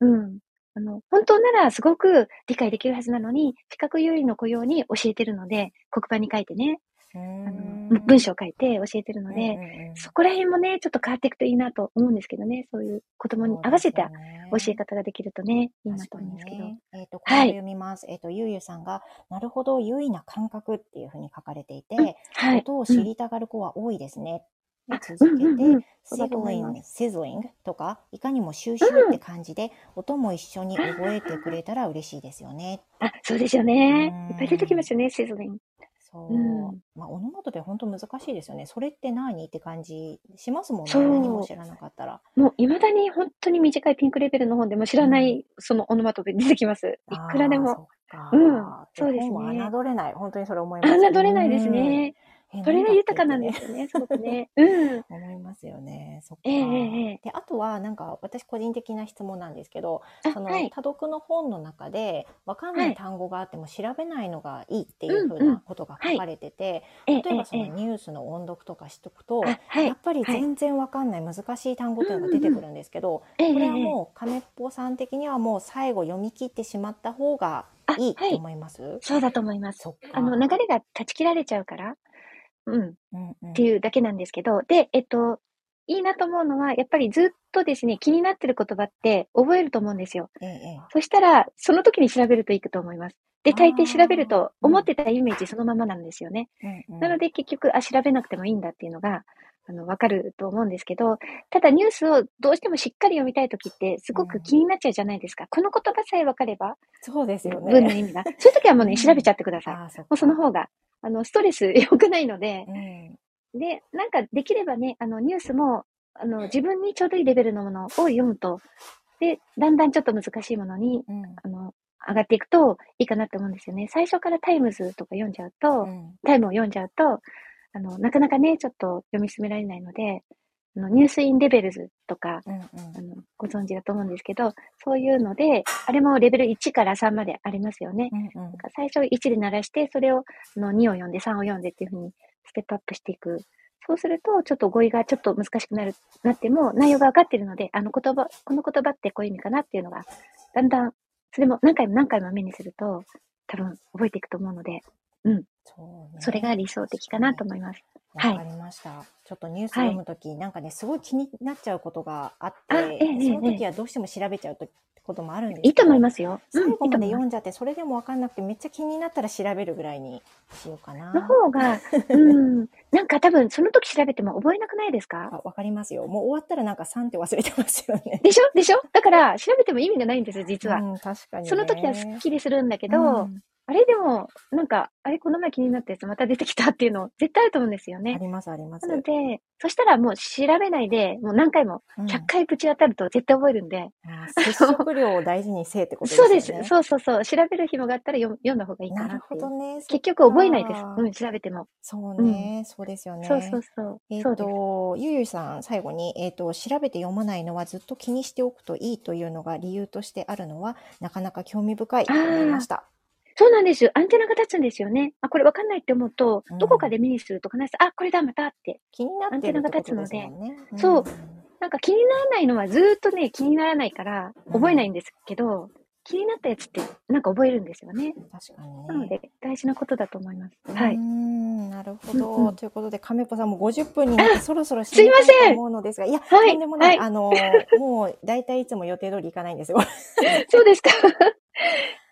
A: うん
B: うん。あの、本当ならすごく理解できるはずなのに、視覚優位の子用に教えてるので、黒板に書いてね、
A: うん
B: あ
A: う
B: の
A: ー、ん
B: 文章を書いて教えてるの
A: うん
B: で、
A: うんうん
B: そこら辺もね、ちょっと変わっていくといいなと思うんですけどね、そういう子供に合わせた教え方ができるとね、いいなと思うんですけど。
A: 確かにねえっ、と、これ
B: はい
A: 読みます。えっ、と、ゆうゆうさんが、なるほど、優位な感覚っていうふうに書かれていて、
B: はい。
A: 音を知りたがる子は多いですね。
B: あ
A: 続
B: う
A: け
B: んうん
A: て、
B: うん。
A: シ
B: そう
A: ズ
B: だと思
A: リ
B: い
A: ン
B: ま
A: グ、シズリングとか、いかにも収集って感じで、音も一緒に覚えてくれたら嬉しいですよね。
B: あ、そうですよね
A: うん。
B: いっぱい出てきますよね、シーズニング。
A: そう。
B: うん
A: まあ、オノマトペ本当難しいですよね。それって何って感じしますもんね。
B: そう
A: 何も知らなかったら。
B: もう、未だに本当に短いピンクレベルの本でも知らない、そのオノマトペ出てきます。いくらでも。
A: あー。
B: うん
A: そ
B: そうう
A: で
B: ですす
A: ね。
B: ね
A: 本は侮れない。本当にそれ思います。
B: あんな取れないです
A: うん。
B: ね。
A: え
B: それが豊かなんで
A: 何だっけってね
B: すよね、すごくね。 うん。
A: 思いますよね。そっか。
B: えええええ
A: で、あとは、なんか、私個人的な質問なんですけど、
B: あ、
A: その、
B: はい。
A: 多読の本の中で、わかんな
B: はいい
A: 単語があっても調べないのがいいっていうふ
B: うん
A: う
B: う
A: なんことが
B: はい
A: 書かれてて、
B: ええ、え
A: 例えばそ
B: え
A: の、ニュースの音読とかしとくと、
B: あ、はい。
A: やっぱり
B: はい
A: 全然わかんない難しい単語というのが出てくるんですけど、
B: ええ、え
A: これは
B: え
A: もう亀っぽさん的にはもう最後読み切ってしまった方が
B: あ
A: いいと
B: はい
A: 思います、
B: そうだと思います。
A: そっか。
B: あの、流れが断ち切られちゃうから。うん。
A: うんうん
B: っていうだけなんですけど、で、えっと、いいなと思うのは、やっぱりずっとですね、気になってる言葉って覚えると思うんですよ。
A: ええええ
B: そしたら、その時に調べるといいと思います。で、大
A: あ
B: 抵
A: ー
B: 調べる
A: う
B: と、
A: ん
B: 思ってたイメージそのままなんですよね。
A: うんうん
B: なので、結局、あ、調べなくてもいいんだっていうのが、あの、わかると思うんですけど、ただニュースをどうしてもしっかり読みたい時って、すごく気になっちゃうじゃないですか。この言葉さえわかれば、
A: そうですよ
B: 文の
A: ね。
B: 意味が。そういう時はもう
A: うん
B: ね、調べちゃってください。も
A: あーそっ
B: うその方が、あの、ストレス良くないので、
A: うん
B: で、なんかできればね、あの、ニュースも、あの、自分にちょうどいいレベルのものを読むと、で、だんだんちょっと難しいものに、
A: うん
B: あの、上がっていくといいかなと思うんですよね。最初からタイムズとか読んじゃうと、
A: うん
B: タイムを読んじゃうと、あの、なかなかね、ちょっと読み進められないので、あの、ニュースインレベルズとか、
A: うんうん
B: あの、ご存知だと思うんですけど、そういうので、あれもレベル1から3までありますよね。
A: うんうん
B: 最初1で鳴らして、それをあの2を読んで、3を読んでっていうふうにステップアップしていく。そうすると、ちょっと語彙がちょっと難しくなる、なっても、内容が分かってるので、あの言葉、この言葉ってこういう意味かなっていうのが、だんだん、それも何回も何回も目にすると、多分覚えていくと思うので、
A: そうね
B: それが理想的かなと思います。はい
A: わかりました、ちょっとニュース読むとき、なんかね、すごい気になっちゃうことがあって、
B: あええええ
A: その時はどうしても調べちゃうとこともあるんですけど、
B: いいと思いますよ。
A: 最後まで
B: いいと思い
A: 読
B: ま
A: んじゃって、それでもわかんなくて、めっちゃ気になったら調べるぐらいにしようかな。
B: すの 方が、うん、なんか多分その時調べても覚えなくないですか
A: あわかりますよ。もう終わったらなんか3って忘れてますよね。
B: でしょ でしょだから調べても意味がないんですよ、実は。
A: うん、確かに、ね。
B: その時はスッキリするんだけ
A: け
B: ど、あれでも、なんか、あれこの前気になったやつまた出てきたっていうの絶対あると思うんですよ
A: あ
B: ね。
A: りますあります
B: な。ので、そしたらもう調べないで、もう何回も
A: うん
B: 100回ぶち当たると絶対覚えるんで。
A: あー接触量を大事にせえってことです
B: そ
A: よ
B: う
A: ね。
B: です。そうそうそう。調べる暇があったら読読んだ方がいいか
A: な
B: な
A: る
B: って
A: ほ
B: いう
A: どね。そ
B: 結局覚えないです
A: そっ。か
B: うん、調べても。
A: そうね、そうですよね。
B: そうそうそう。
A: えっ、
B: そうです。
A: と、ゆうゆうさん、最後に、えっ、と、調べて読まないのはずっと気にしておくといいというのが理由としてあるのは、なかなか興味深いと思いました。
B: そうなんですよ。アンテナが立つんですよね。あ、これわかんないって思うと
A: うん、
B: どこかで目にすると必ず、あ、これだ、またって。
A: 気になってるってことですもんね。
B: テナが
A: ん
B: 立なんか気にならないのはずーっとね、気にならないから覚えないんですけど、気になったやつってなんか覚えるんですよね。
A: 確かにね。
B: なので、大事なことだと思います。
A: う
B: は
A: ー
B: い。
A: んなるほ
B: うんう
A: ど。
B: ん
A: ということで、亀子さんも50分になって、そろそろすい
B: すいません
A: と思うのですが、いや、
B: はい
A: とんでもない。
B: は
A: あのー、もう、だいたいいつも予定通りいかないんです よ。
B: そうですか。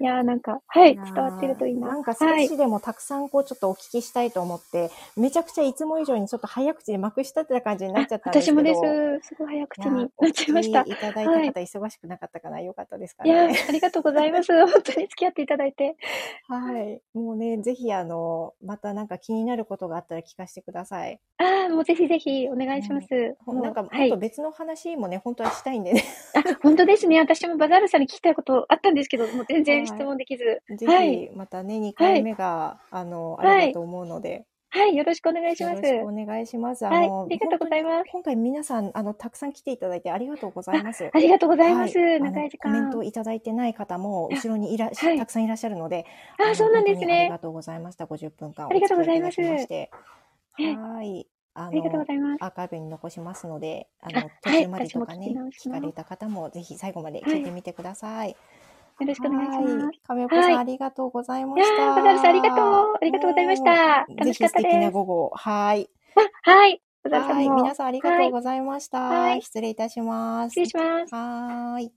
B: いやーなんか、はい、
A: いや
B: 伝
A: ー
B: わってるといいな。
A: なんか少
B: はい。
A: しでもたくさんこうちょっとお聞きしたいと思って、めちゃくちゃいつも以上にちょっと早口でまくしたってた感じになっちゃったんです
B: 私
A: けど。
B: もです。すごい早口
A: いやー
B: になっちゃいました
A: お聞。きいただいた
B: はい
A: 方忙しくなかったかな、よかったですか
B: い や
A: ね。
B: ー、ありがとうございます。 本当に付き合っていただいて。
A: はい。もうね、ぜひあの、またなんか気になることがあったら聞かせてください。
B: ああ、もうぜひぜひお願いします。もう
A: なんかも
B: は
A: っ
B: い
A: と。別の話もね、本当はしたいんでね。
B: あ、本当ですね。私もバザールさんに聞きたいことあったんですけど、もう全
A: は
B: 然
A: い
B: 質問できず。
A: ぜ
B: はい
A: ひ、またね、2回目が、あの、あ
B: はい
A: れだと思うので、
B: はい、よろしくお願いし
A: よ
B: ま
A: ろ
B: す。
A: しくお願いします。あ
B: はい、
A: の、
B: ありがとうございます。
A: 今回皆さん、あの、たくさん来ていただいてありがとうございます。
B: ありがとうございます。
A: はい
B: 長い時
A: あのコメン
B: 間。
A: トをいただいてない方も後ろにいらっし
B: はい
A: たくさんいらっしゃるので、
B: あ
A: の
B: そうなんです
A: 本当にあり
B: ね
A: が。とうございました。50分間
B: ありがとうございます
A: お付き合いいただき
B: え
A: まして、はい、あ
B: ありがとうご
A: の
B: ざいます。
A: アーカイブに残しますので、あ
B: あ
A: の
B: はい
A: 途中までとかね
B: 私も聞き直、し
A: 聞
B: ます
A: かれた方もぜひ最後まで聞いてみてください。よ
B: よろしくお願いします。
A: 亀岡さん、
B: はい
A: ありがとうございま
B: いや
A: した。
B: ー、バザールさんありがとう。ありがとうございまし
A: ね
B: た。
A: え。
B: 楽
A: ぜ
B: しか
A: ひ
B: っ
A: 素
B: たで
A: 敵な
B: す。
A: 午後を、はい、
B: はい、バザールさ
A: は
B: ん
A: い、
B: も
A: 皆。さんありがとうございました。
B: はい
A: 失礼いたします。
B: 失礼します。
A: はーい。